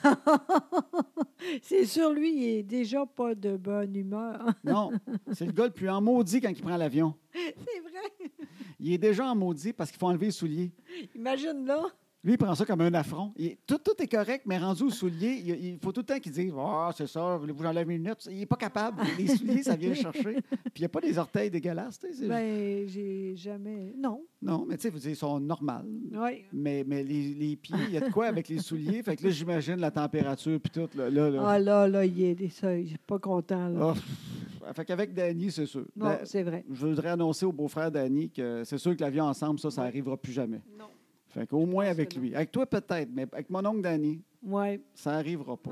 B: c'est sûr, lui, il est déjà pas de bonne humeur. [laughs]
A: Non, c'est le gars le plus en maudit quand il prend l'avion.
B: c'est vrai.
A: Il est déjà en maudit parce qu'il faut enlever les souliers.
B: Imagine là.
A: Lui, il prend ça comme un affront. Il- tout, tout est correct, mais rendu aux souliers, il, il faut tout le temps qu'il dise Ah, c'est ça, voulez-vous que j'enlève mes lunettes Il n'est pas capable. Les souliers, ça vient le chercher. Puis il n'y a pas des orteils dégueulasses. tu sais, c'est-
B: Ben, j'ai jamais. Non.
A: Non, mais tu sais, vous dites, ils sont normales.
B: Oui.
A: Mais, mais les, les pieds, il y a de quoi avec les souliers? Fait que là, j'imagine la température puis tout. Là, là, là.
B: Ah là, là, il est, ça, il est pas content, là.
A: Ah, ben, pff. Fait qu'avec Danny, c'est sûr.
B: non,
A: Da-
B: c'est vrai.
A: je voudrais annoncer au beau-frère Danny que c'est sûr que l'avion ensemble, ça, ça
B: Ouais.
A: n'arrivera plus jamais.
B: Non.
A: Fait qu'au moins
B: pense
A: avec
B: que non.
A: lui. Avec toi, peut-être, mais avec mon oncle Danny,
B: Oui,
A: ça
B: [laughs]
A: n'arrivera pas.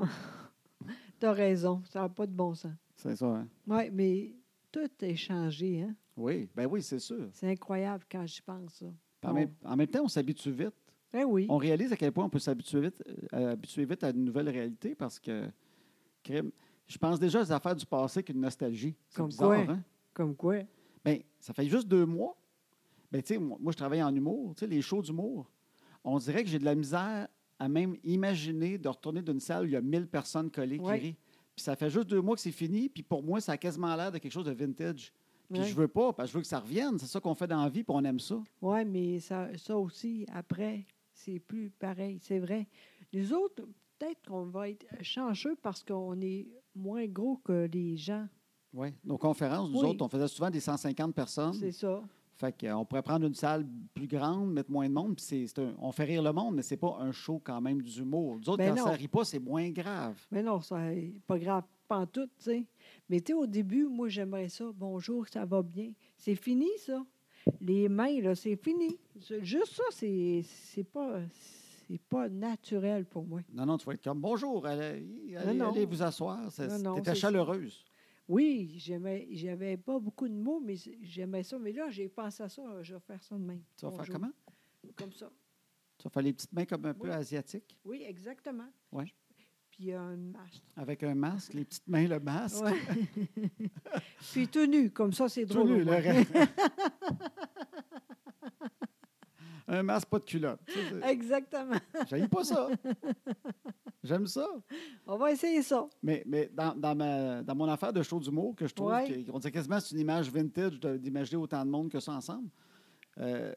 B: t'as raison. Ça n'a pas de bon sens.
A: c'est ça, hein?
B: Oui, mais tout est changé, hein?
A: Oui, ben oui, c'est sûr.
B: C'est incroyable quand j'y pense, ça.
A: En, même, en même temps, on s'habitue vite.
B: Ben oui.
A: On réalise à quel point on peut s'habituer vite, euh, habituer vite à une nouvelle réalité parce que, crime, je pense déjà aux affaires du passé qu'une nostalgie. C'est
B: Comme
A: bizarre,
B: quoi?
A: hein?
B: Comme quoi?
A: Bien, ça fait juste deux mois. Bien, tu sais, moi, moi, je travaille en humour, tu sais, les shows d'humour. On dirait que j'ai de la misère à même imaginer de retourner d'une salle où il y a 1000 personnes collées
B: Ouais.
A: qui rient. Puis ça fait juste deux mois que c'est fini, puis pour moi, ça a quasiment l'air de quelque chose de vintage. Puis
B: Ouais.
A: je veux pas, parce que je veux que ça revienne. C'est ça qu'on fait dans la vie, puis on aime ça.
B: Oui, mais ça, ça aussi, après, c'est plus pareil, c'est vrai. Nous autres, peut-être qu'on va être chanceux parce qu'on est moins gros que les gens,
A: Ouais. Nos conférences, nous
B: Oui.
A: autres, on faisait souvent des 150 personnes.
B: c'est ça.
A: Fait qu'on pourrait prendre une salle plus grande, mettre moins de monde, puis c'est- c'est un- on fait rire le monde, mais c'est pas un show quand même d'humour. Nous autres,
B: Ben
A: quand ça
B: non.
A: rit pas, c'est moins grave.
B: Mais non, ça est pas grave, pas tout, tu sais. Mais tu sais, au début, moi, j'aimerais ça. Bonjour, ça va bien. C'est fini, ça. Les mains, là, c'est fini. C'est- Juste ça, c'est c'est pas, c'est pas naturel pour moi.
A: Non, non, tu vas être comme bonjour, allez, allez,
B: non.
A: allez vous asseoir. C'est-
B: Non, non,
A: T'étais
B: c'est-
A: chaleureuse.
B: Oui, j'aimais, j'avais pas beaucoup de mots, mais j'aimais ça. Mais là, j'ai pensé à ça, je vais faire ça demain.
A: Tu vas faire
B: Bonjour.
A: comment?
B: Comme ça.
A: Tu vas faire les petites mains comme un peu
B: Oui.
A: asiatiques,
B: Oui, exactement.
A: Ouais.
B: Puis euh, un masque.
A: avec un masque, les petites mains, le masque.
B: Ouais. [laughs] Puis [laughs] tout nu, comme ça, c'est
A: Tout
B: drôle.
A: nu,
B: au
A: le
B: moins.
A: reste. un masque pas de culotte. Ça, c'est-
B: Exactement.
A: J'aime pas ça. J'aime ça.
B: On va essayer ça.
A: Mais, mais dans, dans ma- dans mon affaire de show d'humour, que je trouve
B: Ouais.
A: que- qu'on dirait quasiment que c'est une image vintage de- d'imaginer autant de monde que ça ensemble. euh,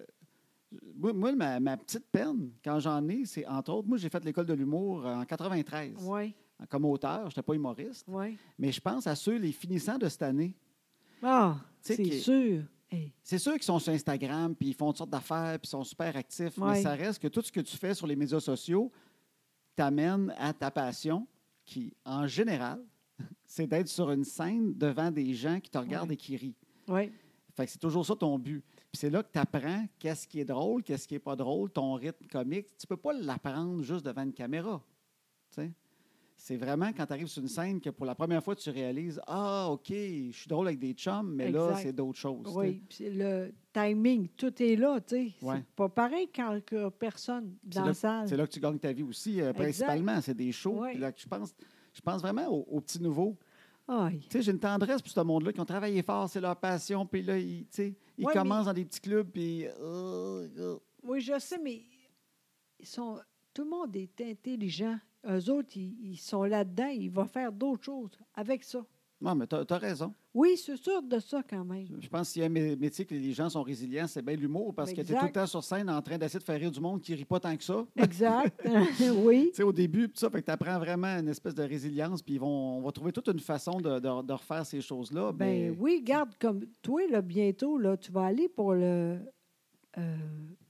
A: moi, moi, ma, ma petite peine, quand j'en ai, c'est entre autres, moi, j'ai fait l'école de l'humour euh, en 93.
B: Oui,
A: Comme auteur, je n'étais pas humoriste.
B: oui.
A: Mais je pense à ceux, les finissants de cette année.
B: Ah,
A: Tu sais
B: c'est
A: qu'il-
B: sûr. Hey,
A: C'est ceux qui sont sur Instagram, puis ils font toutes sortes d'affaires, puis ils sont super actifs. Mais
B: Ouais.
A: ça reste que tout ce que tu fais sur les médias sociaux t'amène à ta passion, qui, en général, [laughs] c'est d'être sur une scène devant des gens qui te regardent
B: Ouais.
A: et qui rient.
B: Oui,
A: Fait que c'est toujours ça ton but. Puis c'est là que tu apprends qu'est-ce qui est drôle, qu'est-ce qui est pas drôle, ton rythme comique. Tu peux pas l'apprendre juste devant une caméra. tu sais. C'est vraiment quand tu arrives sur une scène que pour la première fois, tu réalises Ah, OK, je suis drôle avec des chums, mais là,
B: Exact.
A: c'est d'autres choses. tu sais.
B: oui. Puis Le timing, tout est là, tu sais.
A: Ouais.
B: C'est pas pareil quand il n'y a personne
A: C'est
B: dans la salle.
A: C'est là que tu gagnes ta vie aussi, euh,
B: Exact.
A: principalement. C'est des shows.
B: Ouais.
A: Puis là, que je, pense, je pense vraiment aux, aux petits nouveaux.
B: Aïe.
A: Tu sais, j'ai une tendresse pour ce monde-là qui ont travaillé fort, c'est leur passion. Puis là, ils, tu sais, ils
B: Ouais,
A: commencent dans des petits clubs. Puis. euh, euh,
B: Oui, je sais, mais ils sont, tout le monde est intelligent. Eux autres, ils, ils sont là-dedans. Ils vont faire d'autres choses avec ça.
A: Non, mais tu as, raison.
B: Oui, c'est sûr de ça quand même.
A: Je pense qu'il y a un mé- métier que les gens sont résilients, c'est bien l'humour parce que tu es
B: Exact.
A: tout le temps sur scène en train d'essayer de faire rire du monde qui rit pas tant que ça.
B: Exact. [laughs] oui.
A: Tu sais, au début, pis ça, fait que tu apprends vraiment une espèce de résilience, puis ils vont, on va trouver toute une façon de, de- de refaire ces choses-là.
B: Ben
A: mais-
B: oui, garde comme toi, là, bientôt, là, tu vas aller pour le euh,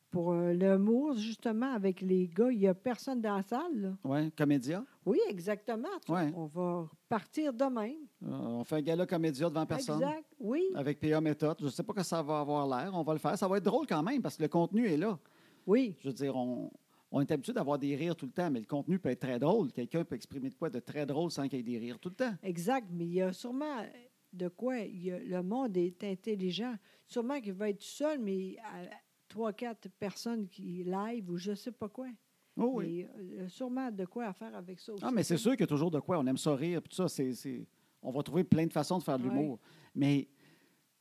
B: pour euh, le Mours, justement, avec les gars. Il n'y a personne dans la salle. là.
A: Ouais, comédia.
B: Oui, exactement. Tu-
A: Ouais.
B: On va partir de même.
A: Euh, on fait un gala comédia devant personne. Euh.
B: Exact. Oui.
A: avec PA méthode. Je ne sais pas que ça va avoir l'air. On va le faire. Ça va être drôle quand même parce que le contenu est là.
B: Oui.
A: Je veux dire, on, on est habitué d'avoir des rires tout le temps, mais le contenu peut être très drôle. Quelqu'un peut exprimer de quoi de très drôle sans qu'il y ait des rires tout le temps.
B: Exact. Mais il y a sûrement de quoi. il y a- le monde est intelligent. Sûrement qu'il va être tout seul, mais à trois, quatre personnes qui live ou je ne sais pas quoi.
A: Oh oui.
B: Mais, euh, il y a sûrement de quoi à faire avec ça aussi.
A: Ah, mais c'est sûr qu'il y a toujours de quoi. On aime ça rire. puis tout ça, c'est, c'est- on va trouver plein de façons de faire de
B: Ouais.
A: l'humour. Mais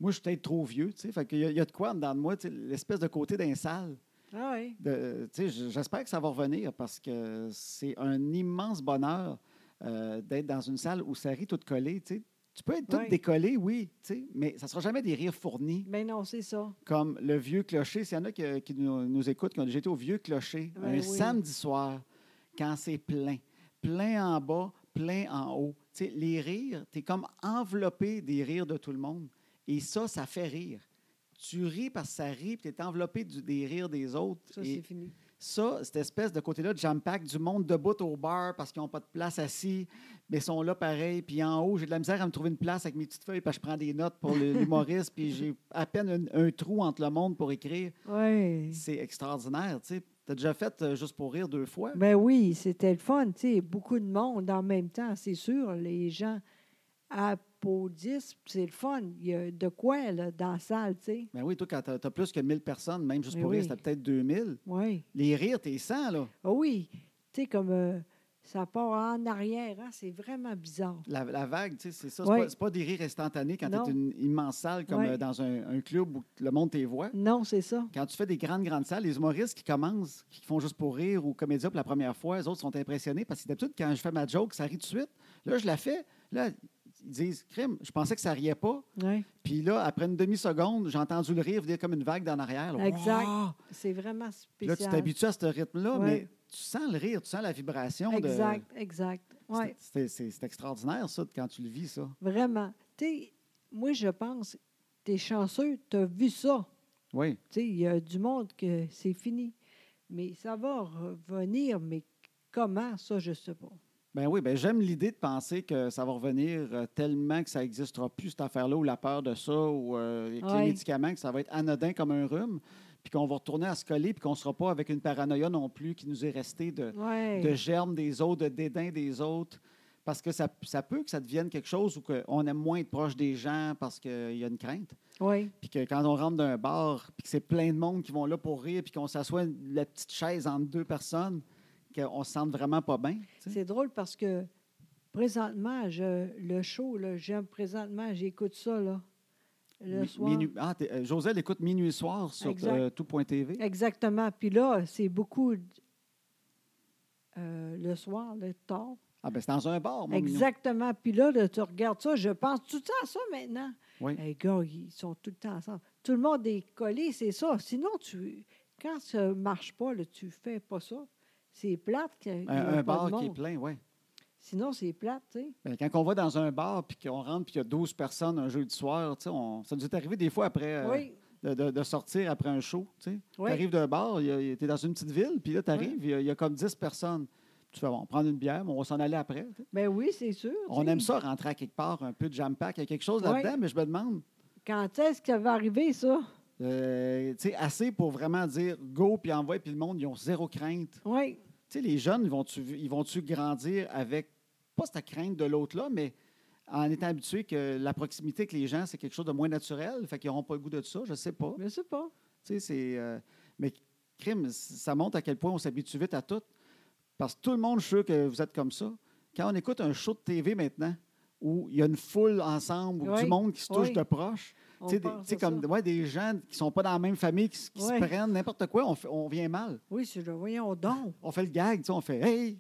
A: moi, je suis peut-être trop vieux. tu sais. Fait qu'il y a- il y, a de quoi en dedans de moi. tu sais, L'espèce de côté d'un sale.
B: Ah oui.
A: de- tu sais, j- J'espère que ça va revenir parce que c'est un immense bonheur euh, d'être dans une salle où ça rit tout collé. tu sais. Tu peux être tout
B: Ouais.
A: décollé, oui, tu sais, mais ça ne sera jamais des rires fournis
B: Mais Ben non, c'est ça.
A: comme le vieux clocher. S'il y en a qui, qui nous, nous écoutent, qui ont déjà été au vieux clocher
B: Ben
A: un
B: oui.
A: samedi soir, quand c'est plein, plein en bas, plein en haut. tu sais, les rires, tu es comme enveloppé des rires de tout le monde. Et ça, ça fait rire. Tu ris parce que ça rit, puis tu es enveloppé du- des rires des autres.
B: Ça,
A: Et-
B: c'est fini.
A: ça, cette espèce de côté-là de jam-pack, du monde debout au bar parce qu'ils n'ont pas de place assis, mais ils sont là pareil. Puis en haut, j'ai de la misère à me trouver une place avec mes petites feuilles, parce que je prends des notes pour
B: [laughs]
A: le- l'humoriste, puis j'ai à peine un, un trou entre le monde pour écrire.
B: Oui.
A: C'est extraordinaire, tu sais. T'as déjà fait euh, juste pour rire deux fois?
B: Ben oui, c'était le fun, tu sais, beaucoup de monde en même temps, c'est sûr, les gens applaudissent, puis c'est le fun, il y a de quoi là, dans la salle, tu sais.
A: Ben oui, toi, quand t'as t'as plus que 1000 personnes, même juste
B: Mais
A: pour rire,
B: oui.
A: c'était peut-être 2000.
B: Oui.
A: Les rires, t'es 100, là.
B: Ah oui, tu sais, comme euh, ça part en arrière, hein, c'est vraiment bizarre.
A: La, la vague, tu sais, c'est ça. C'est
B: Ouais.
A: pas- c'est pas, des rires instantanés quand
B: Non.
A: t'es une immense salle comme
B: Ouais.
A: euh, dans un, un club où le monde t'es voit.
B: Non, c'est ça.
A: Quand tu fais des grandes, grandes salles, les humoristes qui commencent, qui font juste pour rire ou comédia pour la première fois, les autres sont impressionnés parce que d'habitude, quand je fais ma joke, ça rit tout de suite. Là, je la fais. Là, ils disent Crime, je pensais que ça riait pas.
B: Oui,
A: Puis là, après une demi-seconde, j'ai entendu le rire venir comme une vague dans l'arrière. là.
B: Exact.
A: Wow!
B: c'est vraiment
A: Puis Là, tu
B: spécial.
A: t'habitues à ce rythme-là,
B: Ouais.
A: mais tu sens le rire, tu sens la vibration. de-
B: Exact, exact.
A: C'est-
B: Oui,
A: C'est c'est- c'est extraordinaire, ça, quand tu le vis, ça.
B: vraiment. Tu sais, moi, je pense, tu es chanceux, tu as vu ça.
A: Oui.
B: Tu sais, il y a du monde que c'est fini. Mais ça va revenir, mais comment, ça, je ne sais pas.
A: Ben oui, ben j'aime l'idée de penser que ça va revenir euh, tellement que ça n'existera plus, cette affaire-là, ou la peur de ça, ou euh, avec
B: Ouais.
A: les médicaments, que ça va être anodin comme un rhume, puis qu'on va retourner à se coller, puis qu'on ne sera pas avec une paranoïa non plus qui nous est restée de,
B: Ouais.
A: de germes des autres, de dédain des autres. Parce que ça, ça peut que ça devienne quelque chose où que on aime moins être proche des gens parce qu'il y a une crainte.
B: Oui,
A: Puis que quand on rentre d'un bar, puis que c'est plein de monde qui vont là pour rire, puis qu'on s'assoit la petite chaise entre deux personnes, qu'on se sente vraiment pas bien. tu sais.
B: c'est drôle parce que présentement, je, le show, là, j'aime présentement, j'écoute ça, là. le
A: Mi-
B: soir.
A: minuit- ah, t'es- euh, Joselle écoute Minuit Soir sur
B: Exact.
A: euh, tout.tv.
B: Exactement. Puis là, c'est beaucoup d- euh, le soir, le tard.
A: Ah, ben c'est dans un bar, mon minou.
B: Exactement. Puis là, là, tu regardes ça, je pense tout le temps à ça maintenant.
A: Oui.
B: Les gars, ils sont tout le temps ensemble. Tout le monde est collé, c'est ça. Sinon, tu, quand ça ne marche pas, là, tu ne fais pas ça. C'est plate. qu'il y a- qu'il y a
A: Un, un
B: pas de
A: bar qui est
B: monde.
A: plein, oui.
B: Sinon, c'est plate, tu sais.
A: Ben, quand on va dans un bar puis qu'on rentre puis qu'il y a 12 personnes un jeudi soir, tu sais, on- ça nous est arrivé des fois après euh,
B: oui,
A: de, de- de sortir après un show. Tu
B: Oui.
A: arrives d'un bar, il y a- il- t'es dans une petite ville, puis là, tu arrives, il y a- il y, a comme 10 personnes. Tu fais, bon, prendre une bière, mais on va s'en aller après. tu sais.
B: ben oui, c'est sûr.
A: On
B: tu sais.
A: aime ça, rentrer à quelque part, un peu de jam-pack. Il y a quelque chose
B: Oui.
A: là-dedans, mais je me demande,
B: Quand est-ce que ça va arriver, ça?
A: euh, tu sais, assez pour vraiment dire go, puis envoie, puis le monde, ils ont zéro crainte.
B: Oui,
A: Tu sais, les jeunes, ils vont-tu ils vont-tu grandir avec, pas cette crainte de l'autre-là, mais en étant habitués que la proximité avec les gens, c'est quelque chose de moins naturel, fait qu'ils n'auront pas le goût de ça, je sais pas.
B: je sais pas.
A: Tu sais, c'est. euh, mais crime, c- ça montre à quel point on s'habitue vite à tout. Parce que tout le monde, je suis sûr que vous êtes comme ça. Quand on écoute un show de TV maintenant, où il y a une foule ensemble, ou du
B: Oui,
A: monde qui se touche
B: oui.
A: de proche,
B: On
A: tu sais, des-
B: pense
A: tu sais,
B: à
A: comme
B: ça.
A: ouais, des gens qui sont pas dans la même famille, qui, s- qui
B: Ouais.
A: se prennent n'importe quoi, on, fait- on vient mal.
B: Oui, c'est le voyons donc.
A: On fait le gag, tu sais, on fait hey,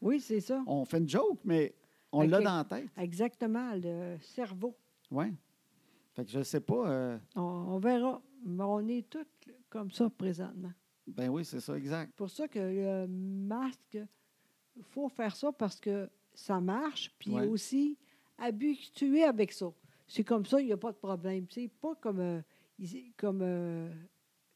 B: Oui, c'est ça.
A: on fait une joke, mais on
B: Fait
A: l'a
B: que-
A: dans la tête.
B: Exactement, le cerveau.
A: Ouais. Fait que je sais pas. euh,
B: On, on verra. Mais on est tous comme ça présentement.
A: ben oui, c'est ça, exact.
B: pour ça que le masque, il faut faire ça parce que ça marche, puis
A: Ouais.
B: aussi habitué avec ça. C'est comme ça, il n'y a pas de problème. C'est pas comme, euh, ils- comme euh,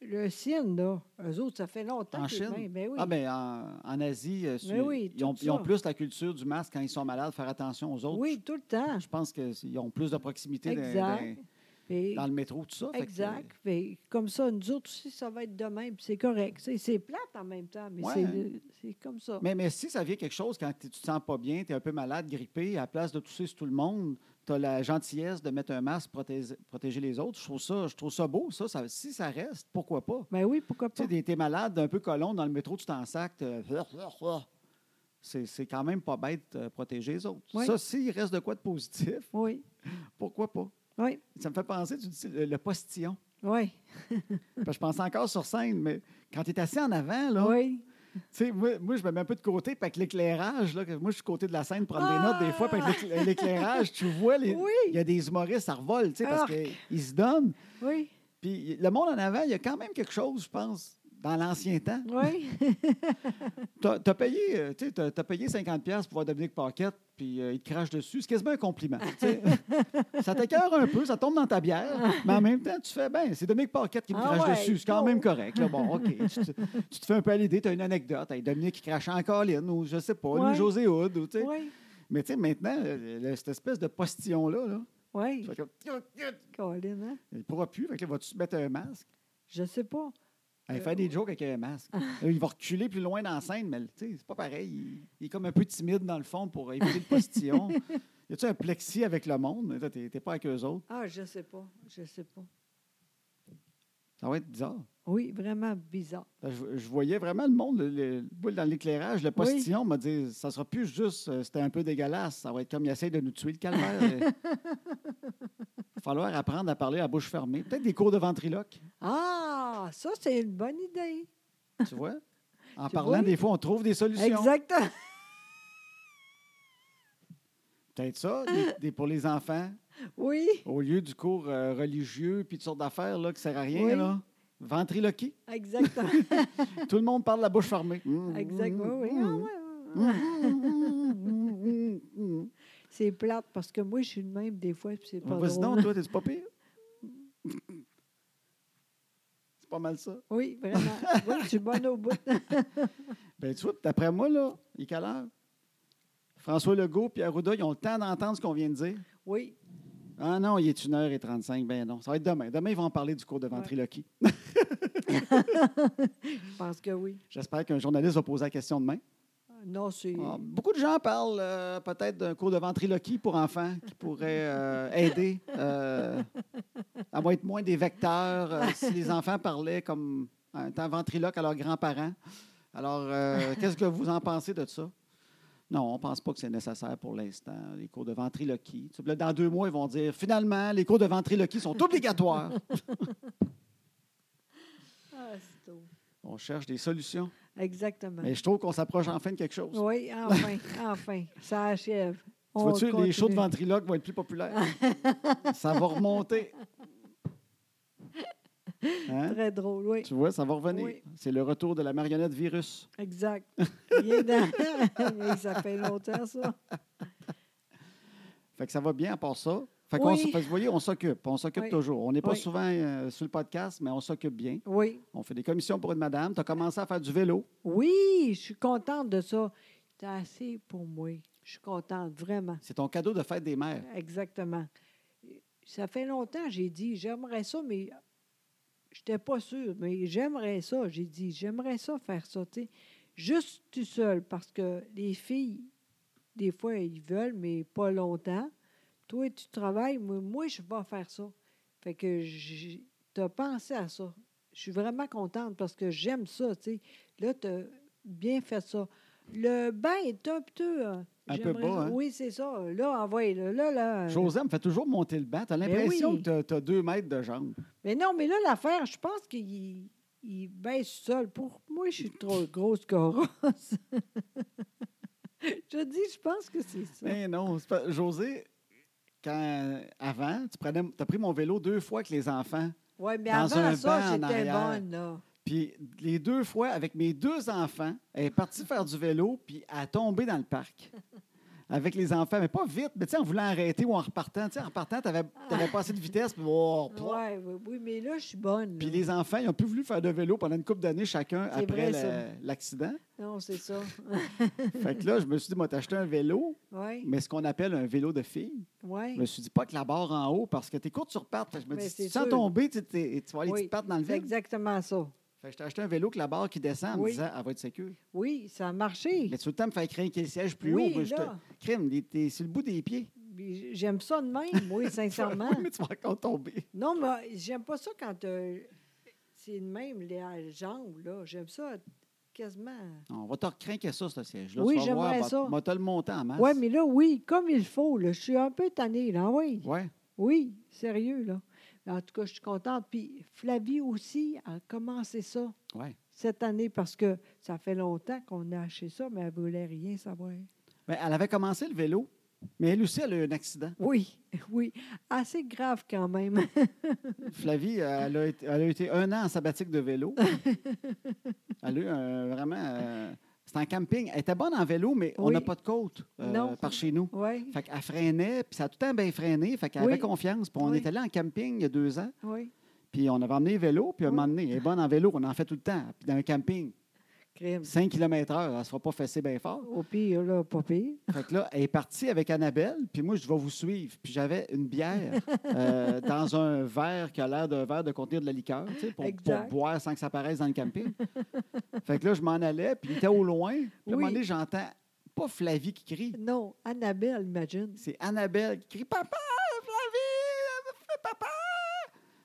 B: le Sien, là. Eux autres, ça fait longtemps
A: En
B: qu'ils
A: Chine?
B: vivent, ben oui.
A: Ah ben en, en Asie, euh,
B: Mais oui,
A: ils, ont,
B: tout
A: ils ont
B: ça.
A: plus la culture du masque quand ils sont malades, faire attention aux autres.
B: oui, tout le temps.
A: Je pense qu'ils ont plus de proximité dans-
B: Exact.
A: dans,
B: Puis-
A: dans le métro, tout ça. Fait que,
B: exact. Puis comme ça, nous autres aussi, ça va être de même, puis c'est correct. C'est- C'est plate en même temps, mais
A: Ouais.
B: c'est- c'est comme ça.
A: euh, mais, mais si ça vient quelque chose, quand tu te sens pas bien, tu es un peu malade, grippé, à la place de tousser sur tout le monde, tu as la gentillesse de mettre un masque, protéger, protéger les autres. Je trouve ça, je trouve ça beau, ça, ça. Si ça reste, pourquoi pas?
B: Ben oui, pourquoi
A: Tu
B: pas?
A: sais, t'es- t'es malade, un peu colon dans le métro, tu t'en sacs. t'es- C'est c'est quand même pas bête de protéger les autres.
B: Oui.
A: Ça, s'il reste de quoi de positif, [laughs]
B: Oui,
A: pourquoi pas?
B: oui,
A: Ça me fait penser, tu dis, le, le postillon.
B: oui,
A: Parce que je pense encore sur scène, mais quand tu es assis en avant, là,
B: oui.
A: tu sais, moi, moi, je me mets un peu de côté, puis avec l'éclairage, là, que moi, je suis côté de la scène, prendre
B: Ah!
A: des notes des fois, puis avec l'écla- l'éclairage, tu vois, les- il
B: Oui. Ah!
A: y a des humoristes, ça revole, tu sais, parce
B: Arc!
A: qu'ils se donnent.
B: Oui,
A: Puis le monde en avant, il y a quand même quelque chose, je pense, dans l'ancien temps.
B: oui.
A: T'as t'as payé, euh, tu sais, t'as- t'as payé 50 pièces pour voir Dominique Paquette, puis euh, il te crache dessus. C'est quasiment un compliment. tu
B: [laughs]
A: sais. ça t'écœure un peu, ça tombe dans ta bière, mais en même temps, tu fais, ben, c'est Dominique Paquette qui me
B: Ah
A: crache
B: ouais,
A: dessus. C'est quand
B: cool.
A: même correct. là. Bon, OK. tu, te, tu te fais un peu à l'idée, t'as une anecdote. Hey, Dominique qui crache en colline, ou je sais pas,
B: Ouais.
A: lui, José Hood. Ou, [laughs] tu sais.
B: Oui,
A: Mais tu sais, maintenant, euh, le- cette espèce de postillon-là, là, tu
B: oui.
A: fais comme,
B: Colin, hein?
A: il pourra plus. Fait que là, vas-tu te mettre un masque?
B: Je sais pas.
A: Il
B: Euh,
A: fait des jokes avec un masque.
B: Ah.
A: Là, il va reculer plus loin dans la scène, mais tu sais, c'est pas pareil. Il, il est comme un peu timide dans le fond pour éviter le
B: [laughs]
A: postillon. y a-tu un plexi avec le monde? Toi, T'es t'es pas avec eux autres.
B: Ah, je sais pas. Je sais pas.
A: Ça va être bizarre.
B: Oui, vraiment bizarre.
A: Parce que Je, je voyais vraiment le monde, le, le- le boule dans l'éclairage, le postillon m'a dit ça sera plus juste, euh, c'était un peu dégueulasse. Ça va être comme il essaie de nous tuer le calvaire. Il
B: [laughs]
A: va falloir apprendre à parler à bouche fermée. Peut-être des cours de ventriloque,
B: Ah, ça, c'est une bonne idée.
A: tu vois? En
B: Tu
A: parlant,
B: vois?
A: des fois, on trouve des solutions.
B: Exactement.
A: Peut-être ça, des- des- pour les enfants.
B: [laughs] Oui,
A: Au lieu du cours euh, religieux puis toutes sortes d'affaires là, qui ne sert à rien,
B: Oui.
A: là. Ventriloquie.
B: exactement. [laughs]
A: Tout le monde parle la bouche fermée. Mm,
B: Exactement. Oui, oui. Ah,
A: mm,
B: ouais, ouais, ouais.
A: [laughs] mm, mm, mm, mm, mm.
B: C'est plate parce que moi, je suis de même des fois, puis c'est pas
A: Vas-y
B: drôle.
A: donc, toi, t'es pas pire? C'est pas mal ça.
B: Oui, vraiment. Oui, je suis bonne au bout. [laughs]
A: Ben, tu vois, d'après moi, là, il est quelle heure? François Legault puis Arruda, ils ont le temps d'entendre ce qu'on vient de dire.
B: Oui,
A: Ah non, il est 1h35. Ben non, ça va être demain. Demain, ils vont en parler du cours de ventriloquie.
B: je pense que oui.
A: J'espère qu'un journaliste va poser la question demain.
B: Non, c'est...
A: Ah, beaucoup de gens parlent euh, peut-être d'un cours de ventriloquie pour enfants qui pourrait euh, aider euh, à moins être moins des vecteurs euh, si les enfants parlaient comme un temps ventriloque à leurs grands-parents. Alors, euh, qu'est-ce que vous en pensez de ça? Non, on ne pense pas que c'est nécessaire pour l'instant, les cours de ventriloquie. Tu sais, là, Dans deux mois, ils vont dire finalement, les cours de ventriloquie sont obligatoires.
B: Ah, c'est tout.
A: on cherche des solutions.
B: Exactement.
A: Mais je trouve qu'on s'approche enfin de quelque chose.
B: Oui, enfin, enfin, ça achève.
A: Tu
B: On
A: vois-tu, les shows
B: continue.
A: de ventriloque vont être plus
B: [laughs]
A: populaires. ça va remonter. Hein?
B: Très drôle, oui.
A: Tu vois, ça va revenir.
B: Oui.
A: C'est le retour de la marionnette virus.
B: Exact. Rien d'en- [laughs] Mais ça fait longtemps, ça.
A: Fait que ça va bien à part ça. Fait qu'on
B: Oui.
A: s- fait que vous voyez, on s'occupe. On s'occupe
B: Oui.
A: toujours. On n'est pas
B: Oui.
A: souvent euh, sur le podcast, mais on s'occupe bien.
B: Oui.
A: On fait des commissions pour une madame. Tu as commencé à faire du vélo.
B: Oui, je suis contente de ça. C'est assez pour moi. Je suis contente, vraiment.
A: C'est ton cadeau de fête des mères.
B: Exactement. Ça fait longtemps, j'ai dit, j'aimerais ça, mais je n'étais pas sûre, mais j'aimerais ça. J'ai dit, j'aimerais ça faire ça, tu sais. Juste tout seul, parce que les filles, des fois, ils veulent, mais pas longtemps. Toi, tu travailles, moi, moi, je vais faire ça. Fait que tu as pensé à ça. Je suis vraiment contente parce que j'aime ça, tu sais. Là, tu as bien fait ça. Le bain est un peu... euh,
A: Un peu
B: j'aimerais
A: bas,
B: ça.
A: hein?
B: Oui, c'est ça. Là, envoie-le. Là, là.
A: José me fait toujours monter le banc. Tu as
B: Euh. Ben
A: l'impression
B: oui.
A: que tu as, deux mètres de jambes.
B: Mais non, mais là, l'affaire, je pense qu'il il baisse seul. Pour moi, je suis trop grosse corosse. [laughs] je dis, je pense que c'est ça.
A: Mais non, c'est pas- José, quand, avant, tu prenais, as pris mon vélo deux fois avec les enfants.
B: Oui, mais
A: dans
B: avant
A: un banc en
B: ça, j'étais
A: arrière.
B: bonne, là.
A: Puis les deux fois, avec mes deux enfants, elle est partie faire du vélo, puis elle a tombé dans le
B: [laughs]
A: parc. Avec les enfants, mais pas vite, mais tu sais, en voulant arrêter ou en repartant. Tu sais, en repartant, tu n'avais pas assez de vitesse, puis oh, plop.
B: Ouais, oui, oui, mais là, je suis bonne.
A: Puis
B: là.
A: les enfants, ils n'ont plus voulu faire de vélo pendant une couple d'années chacun
B: C'est
A: après
B: vrai, ça.
A: la- l'accident.
B: Non, c'est ça.
A: fait que là, je me suis dit, moi, t'as acheté un vélo,
B: Oui,
A: mais ce qu'on appelle un vélo de fille. Je
B: oui.
A: me suis dit, pas que la barre en haut, parce que t'es courte sur pattes. Fait que je me
B: Mais
A: dis, si tu
B: c'est
A: te sens
B: sûr.
A: tomber, tu, t'es- tu vas aller
B: Oui,
A: petites pattes dans le
B: C'est
A: vide.
B: exactement ça.
A: Fait que je t'ai acheté un vélo que la barre qui descend en me
B: Oui.
A: disant, elle va être sécure.
B: Oui, ça a marché.
A: Mais tu veux le temps me faire craquer le siège plus
B: oui,
A: haut. moi, je te-
B: là.
A: Crime, t'es- t'es sur le bout des
B: [laughs]
A: pieds.
B: Puis J'aime ça de même, oui,
A: [laughs]
B: sincèrement.
A: Oui, mais tu vas encore tomber.
B: Non, mais j'aime pas ça quand euh, c'est de même les jambes, là. J'aime ça quasiment.
A: Non, on va te recrinquer ça, ce siège-là.
B: Oui,
A: Tu vas
B: j'aimerais
A: voir, va-
B: ça.
A: va te le monter en masse.
B: Oui, mais là, oui, comme il faut, là. Je suis un peu tannée, là, Ah oui.
A: Ouais.
B: Oui, sérieux, là. Mais En tout cas, je suis contente. Puis Flavie aussi a commencé ça
A: Ouais.
B: cette année parce que ça fait longtemps qu'on a acheté ça, mais elle voulait rien savoir.
A: Mais Ben, elle avait commencé le vélo, mais elle aussi, elle a eu
B: [laughs]
A: un accident.
B: Oui, oui. Assez grave quand même. [laughs]
A: Flavie, elle a, été, elle a été un an en sabbatique
B: [laughs]
A: de vélo. elle a eu un- vraiment. euh, C'était en camping. Elle était bonne en vélo, mais on
B: Oui.
A: n'a pas de côte euh,
B: Non.
A: par chez nous.
B: oui,
A: Fait qu'elle freinait, puis ça a tout le temps bien freiné. Fait qu'elle
B: Oui.
A: avait confiance. Puis on
B: Oui.
A: était là en camping il y a deux ans,
B: oui.
A: puis on avait emmené les vélos, puis à un
B: Oui.
A: moment donné, elle est bonne en vélo, on en fait tout le temps. Puis dans un camping,
B: Crime.
A: 5 km/h, elle ne se fera pas fesser bien fort.
B: [laughs] Au pire, là, pas pire.
A: Fait que là, elle est partie avec Annabelle, puis moi, je vais vous suivre. Puis j'avais
B: [laughs]
A: une bière euh, dans un verre qui a l'air d'un verre de contenir de la liqueur, tu sais, pour, pour
B: Exact.
A: boire sans que ça paraisse dans le
B: [laughs]
A: camping. fait que là, je m'en allais, puis il était au loin. Puis à un
B: Oui.
A: moment donné, j'entends pas Flavie qui crie,
B: Non, Annabelle, imagine.
A: c'est Annabelle qui crie Papa, Flavie, papa!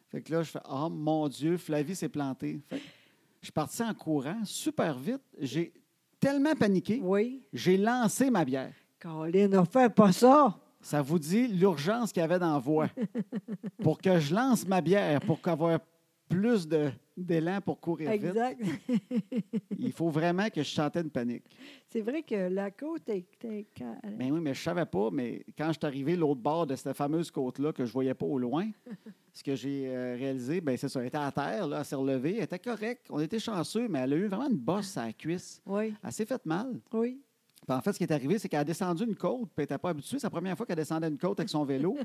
A: Fait que là, je fais Oh mon Dieu, Flavie s'est plantée. Fait que je suis parti en courant super vite. J'ai tellement paniqué,
B: Oui.
A: j'ai lancé ma bière.
B: Colin, ne fais pas ça.
A: Ça vous dit l'urgence qu'il y avait dans la voie. pour que je lance ma bière, pour qu'avoir plus de- d'élan pour courir vite,
B: Exact.
A: il faut vraiment que je sentais une panique.
B: C'est vrai que la côte est. est- quand-
A: Mais Ben oui, mais je savais pas, mais quand je suis arrivé l'autre bord de cette fameuse côte-là que je voyais pas au loin, [laughs] ce que j'ai euh, réalisé, ben c'est ça, elle était à terre, là, elle s'est relevée, elle était correcte, on était chanceux, mais elle a eu vraiment une bosse à la cuisse.
B: Oui,
A: Elle s'est faite mal.
B: oui.
A: Puis en fait, ce qui est arrivé, c'est qu'elle a descendu une côte, puis elle n'était pas habituée. C'est la première fois qu'elle descendait une côte avec son vélo.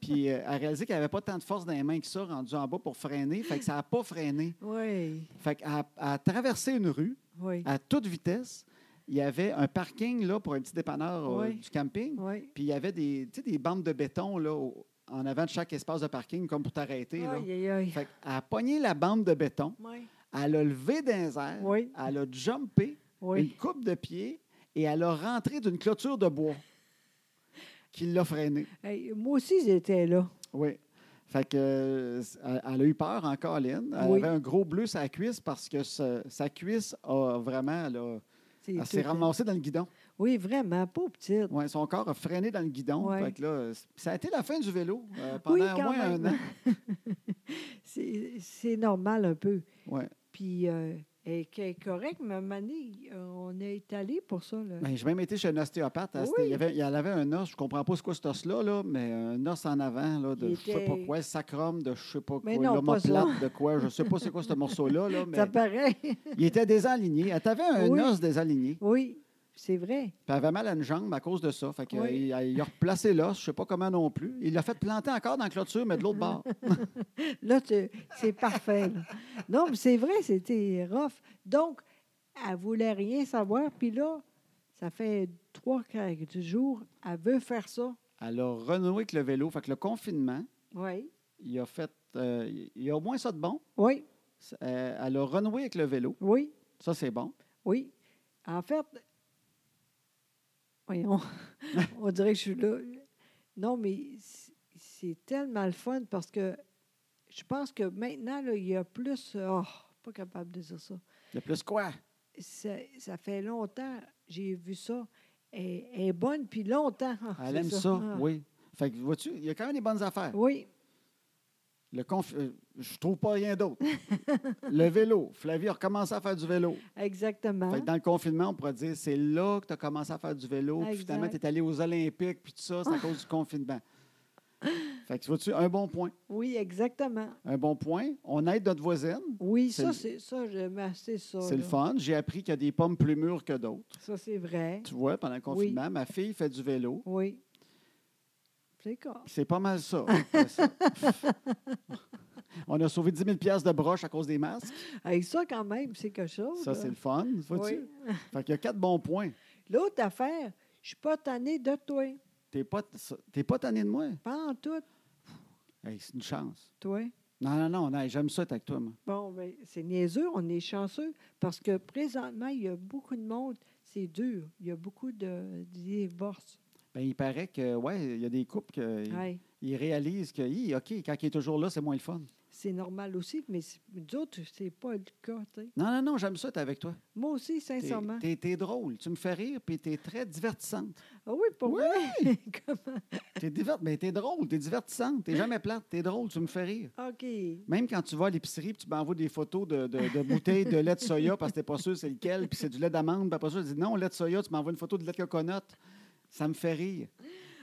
A: puis euh, elle a réalisé qu'elle n'avait pas tant de force dans les mains que ça, rendue en bas pour freiner. Fait que ça n'a pas freiné.
B: Oui,
A: Fait qu'elle a, elle a traversé une rue
B: oui,
A: à toute vitesse. Il y avait un parking là, pour un petit dépanneur euh,
B: Oui.
A: du camping.
B: oui.
A: Puis il y avait des, tu sais, des bandes de béton là, au- en avant de chaque espace de parking, comme pour t'arrêter. là.
B: Aïe, aïe, aïe.
A: Fait qu'elle a pogné la bande de béton,
B: Oui,
A: elle a levé dans les airs,
B: Oui.
A: elle a jumpé une
B: oui.
A: coupe de pied et elle a rentré d'une clôture de bois qui l'a freinée.
B: Hey, moi aussi, j'étais là.
A: Oui. Fait que, euh, elle elle a eu peur encore, Lynn. Elle
B: Oui.
A: avait un gros bleu sur la cuisse parce que ce- sa cuisse a vraiment. elle a-
B: C'est
A: Elle s'est
B: tout-
A: ramassée dans le guidon.
B: Oui, vraiment, pauvre petite.
A: Ah, Ouais, son corps a freiné dans le guidon.
B: Ouais.
A: Fait que là, c- ça a été la fin du vélo euh, pendant
B: Oui,
A: au
B: quand
A: moins un an.
B: même. [laughs] C'est c'est normal un peu. [laughs]
A: Ouais.
B: Puis, euh, elle est- elle est correcte, mais à un moment donné, on est allé pour ça. là.
A: Ben, J'ai même été chez un ostéopathe. à cette-
B: Oui.
A: Il, y avait, il y en avait un os, je ne comprends pas ce quoi cet os-là, là, mais un os en avant, là, de
B: Il
A: je sais pas
B: était-
A: quoi, le sacrum, de je sais pas quoi,
B: Mais non, pas ça.
A: l'homoplate, de quoi, je ne sais pas c'est
B: [laughs]
A: quoi ce morceau-là, là, mais
B: Ça paraît. [laughs]
A: il était désaligné. Elle avait un
B: Oui.
A: os désaligné, puis
B: oui, c'est vrai.
A: elle avait mal à une jambe à cause de ça. Fait que,
B: Oui.
A: euh, il, il a replacé l'os, je ne sais pas comment non plus. Il l'a fait planter encore dans la clôture, mais de l'autre
B: [laughs]
A: bord.
B: Là, tu- c'est parfait. là. Non, mais c'est vrai, c'était rough. Donc, elle voulait rien savoir. Puis là, ça fait trois, quatre jours, elle veut faire ça.
A: Elle a renoué avec le vélo. Fait que le confinement,
B: Oui.
A: il a fait. euh, il- il y a au moins ça de bon.
B: Oui,
A: C'est- euh, elle a renoué avec le vélo.
B: oui,
A: Ça, c'est bon.
B: oui. En fait, voyons, [laughs] on dirait que je suis là. Non, mais c- c'est tellement le fun parce que je pense que maintenant, là, il y a plus. Oh, pas capable de dire ça.
A: Le plus quoi?
B: ça, ça fait longtemps, j'ai vu ça. Elle, elle est bonne, puis longtemps. [laughs] Ah,
A: Elle
B: c'est
A: aime ça,
B: Ah.
A: oui. Fait que, vois-tu, il y a quand même des bonnes affaires.
B: Oui,
A: Le conf... euh, Je trouve pas rien d'autre.
B: [laughs]
A: le vélo. Flavie a recommencé à faire du vélo.
B: exactement.
A: Fait que dans le confinement, on pourrait dire c'est là que tu as commencé à faire du vélo. Puis
B: Exact.
A: finalement, tu es allé aux Olympiques, puis tout ça, c'est à
B: [laughs]
A: cause du confinement. Fait que, vois-tu, un bon point.
B: Oui, exactement.
A: Un bon point. On aide notre voisine.
B: Oui,
A: C'est
B: ça,
A: le-
B: c'est ça, j'aime assez ça.
A: C'est le
B: Oh là.
A: fun. J'ai appris qu'il y a des pommes plus mûres que d'autres.
B: Ça, c'est vrai.
A: Tu vois, pendant le confinement, ma fille fait du vélo.
B: Oui. C'est quoi?
A: C'est pas mal
B: [laughs]
A: ça. C'est ça. [laughs] On a sauvé 10 000 piastres de broche à cause des masques.
B: Avec ça, quand même, c'est quelque chose.
A: Ça,
B: là.
A: c'est le fun. Vois-tu?
B: Oui.
A: Fait qu'il y a quatre bons points.
B: L'autre affaire, je suis pas tannée de toi.
A: T'es pas, ça- t'es pas tanné de moi.
B: Pas en tout,
A: Hey, c'est une chance.
B: toi.
A: Non, non, non, non, j'aime ça être avec toi, moi.
B: Bon, ben, c'est niaiseux, on est chanceux, parce que présentement, il y a beaucoup de monde, c'est dur, il y a beaucoup de divorces.
A: Ben, il paraît que, ouais, il y a des couples qui
B: Ouais,
A: réalisent que, hi, OK, quand il est toujours là, c'est moins le fun.
B: C'est normal aussi, mais c'est- nous autres, c'est pas le cas, tu sais.
A: Non, non, non, j'aime ça être avec toi.
B: Moi aussi,
A: T'es-
B: sincèrement.
A: T'es t'es drôle. Tu me fais rire, puis t'es très divertissante.
B: Ah oui, pour
A: Oui!
B: vrai? [laughs] Comment?
A: T'es divert... ben, t'es drôle, t'es divertissante. T'es jamais plate, t'es drôle, tu me fais rire.
B: OK.
A: Même quand tu vas à l'épicerie puis tu m'envoies des photos de, de- de bouteilles de lait de soya parce que t'es pas sûr c'est lequel, puis c'est du lait d'amande, puis après ça, tu dis non, lait de soya, tu m'envoies une photo de lait de coconut. Ça me fait rire.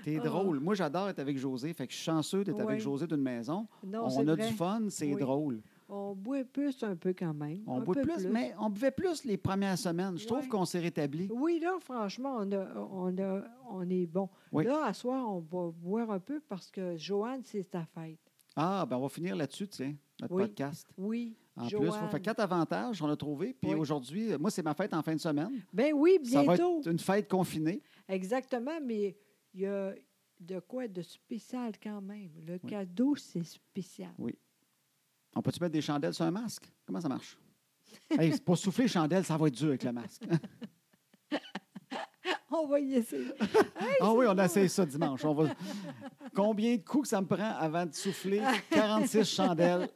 A: T'es
B: Ah.
A: drôle. Moi, j'adore être avec José. Fait que je suis chanceux d'être
B: Ouais.
A: avec José d'une maison.
B: Non, c'est
A: on a
B: vrai.
A: du fun, c'est
B: Oui.
A: drôle.
B: On boit plus un peu quand même. un
A: On boit
B: peu
A: plus, mais on buvait plus les premières semaines. Je trouve
B: Ouais.
A: qu'on s'est rétabli.
B: Oui, là, franchement, on, a- on, a- on est bon.
A: Oui.
B: Là, à soir, on va boire un peu parce que Joanne, c'est ta fête.
A: Ah, ben on va finir là-dessus, tiens, notre
B: Oui.
A: podcast.
B: Oui,
A: En plus, on
B: Joanne.
A: fait quatre avantages, on a trouvé. Puis
B: Oui.
A: aujourd'hui, euh, moi, c'est ma fête en fin de semaine.
B: Ben oui,
A: Ça va
B: bientôt.
A: être une fête confinée.
B: Exactement, mais il y a de quoi de spécial quand même. Le
A: Oui.
B: cadeau, c'est spécial.
A: On peut-tu mettre des chandelles sur un masque? Comment ça
B: [laughs]
A: marche? Hey, c'est pour souffler les chandelles, ça va être dur avec le masque.
B: On va y essayer.
A: ah oui, on essaie ça dimanche. On va... Combien de coups que ça me prend avant de souffler 46 chandelles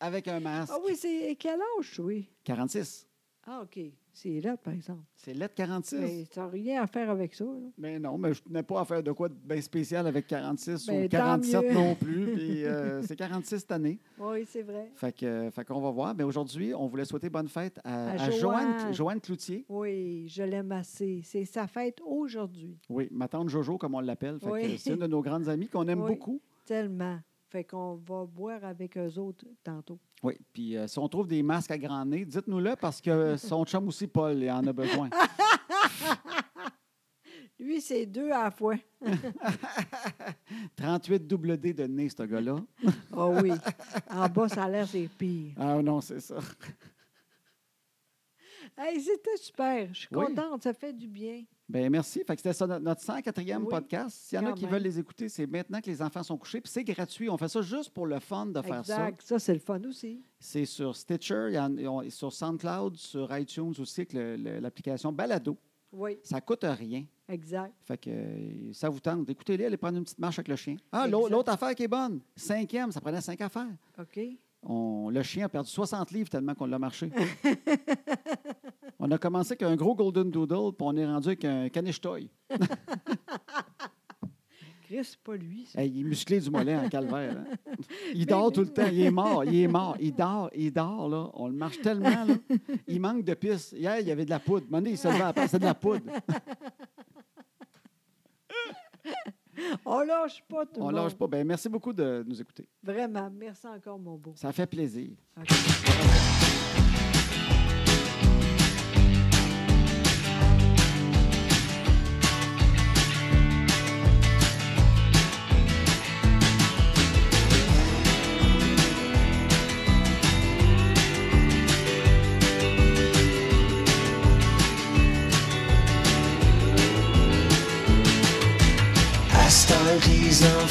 A: avec un masque?
B: Ah oui, c'est quel âge, oui?
A: 46.
B: Ah, OK. C'est là, par exemple.
A: C'est lettre 46.
B: Ben, ça n'a rien à faire avec ça. là.
A: Mais non, mais je tenais pas à faire de quoi de bien spécial avec 46
B: Ben,
A: ou
B: tant
A: 47
B: mieux. [laughs]
A: non plus. Puis euh, c'est 46 cette année.
B: Oui, c'est vrai.
A: Fait que, euh, fait qu'on va voir. Mais aujourd'hui, on voulait souhaiter bonne fête à,
B: À
A: à Joanne.
B: Joanne.
A: Joanne Cloutier.
B: Oui, je l'aime assez. C'est sa fête aujourd'hui.
A: Oui, ma tante Jojo, comme on l'appelle. Fait que
B: Oui.
A: C'est une de nos grandes amies qu'on aime
B: Oui.
A: beaucoup.
B: Tellement. Fait qu'on va boire avec eux autres tantôt.
A: Oui, puis euh, si on trouve des masques à grand nez, dites-nous-le
B: [laughs]
A: parce que son chum aussi, Paul, il en a besoin.
B: Lui, c'est deux à la fois.
A: 38 double D de nez,
B: [laughs]
A: ce gars-là.
B: Ah
A: [laughs]
B: oui. En bas, ça a l'air, c'est pire.
A: Ah non, c'est ça.
B: Hey, c'était super. Je suis
A: Oui.
B: contente. Ça fait du bien.
A: Ben merci. Fait que c'était ça no- notre 104e
B: Oui,
A: podcast. S'il y en a
B: quand
A: qui
B: même.
A: veulent les écouter, c'est maintenant que les enfants sont couchés. Puis c'est gratuit. On fait ça juste pour le fun de faire ça.
B: Exact. Ça, c'est le fun aussi.
A: C'est sur Stitcher, il y en- on- sur SoundCloud, sur iTunes aussi, avec le- le- l'application Balado.
B: Oui,
A: Ça coûte rien.
B: exact.
A: Fait que euh, ça vous tente. Écoutez-les, allez prendre une petite marche avec le chien. Ah, l'au-
B: Exact.
A: l'autre affaire qui est bonne. Cinquième, ça prenait cinq affaires.
B: OK.
A: On- le chien a perdu 60 livres tellement qu'on l'a marché. On a commencé avec un gros Golden Doodle, puis on est rendu avec un caniche toy.
B: Chris, c'est pas lui. ça.
A: Hey, il est musclé du mollet en calvaire. hein. Il dort tout le temps. Il est mort. Il est mort. Il dort. Il dort, là. On le marche tellement, là. Il manque de pisse. Hier, il y avait de la poudre. Monday, il se levait à passer de la poudre.
B: On lâche pas tout le
A: On
B: monde.
A: lâche pas. Ben, merci beaucoup de nous écouter.
B: Vraiment, merci encore, mon beau.
A: Ça fait plaisir.
B: OK.
C: À ce temps que les